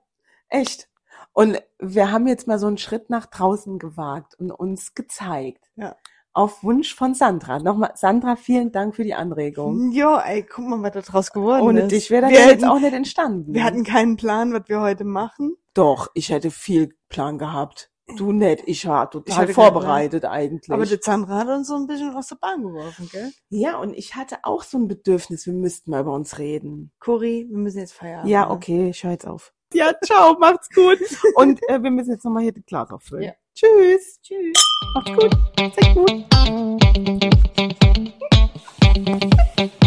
Speaker 1: echt. Und wir haben jetzt mal so einen Schritt nach draußen gewagt und uns gezeigt.
Speaker 2: Ja.
Speaker 1: Auf Wunsch von Sandra. Nochmal, Sandra, vielen Dank für die Anregung.
Speaker 2: Jo, ey, guck mal, was da draus geworden
Speaker 1: Ohne
Speaker 2: ist.
Speaker 1: dich wäre das
Speaker 2: wir
Speaker 1: ja jetzt
Speaker 2: hätten-
Speaker 1: auch nicht entstanden.
Speaker 2: Wir hatten keinen Plan, was wir heute machen.
Speaker 1: Doch, ich hätte viel Plan gehabt. Du nicht, ich war total
Speaker 2: hatte keinen
Speaker 1: vorbereitet eigentlich.
Speaker 2: Aber der Sandra hat uns so ein bisschen aus der Bahn geworfen, gell?
Speaker 1: ja, und ich hatte auch so ein Bedürfnis, wir müssten mal über uns reden.
Speaker 2: Cori, wir müssen jetzt feiern.
Speaker 1: Ja, okay, ich höre jetzt auf. Ja, ciao, macht's gut. Und äh, wir müssen jetzt nochmal hier die Glas auffüllen.
Speaker 2: Ja.
Speaker 1: Tschüss. Ah,
Speaker 2: Tschüss.
Speaker 1: Macht's gut. Seid gut.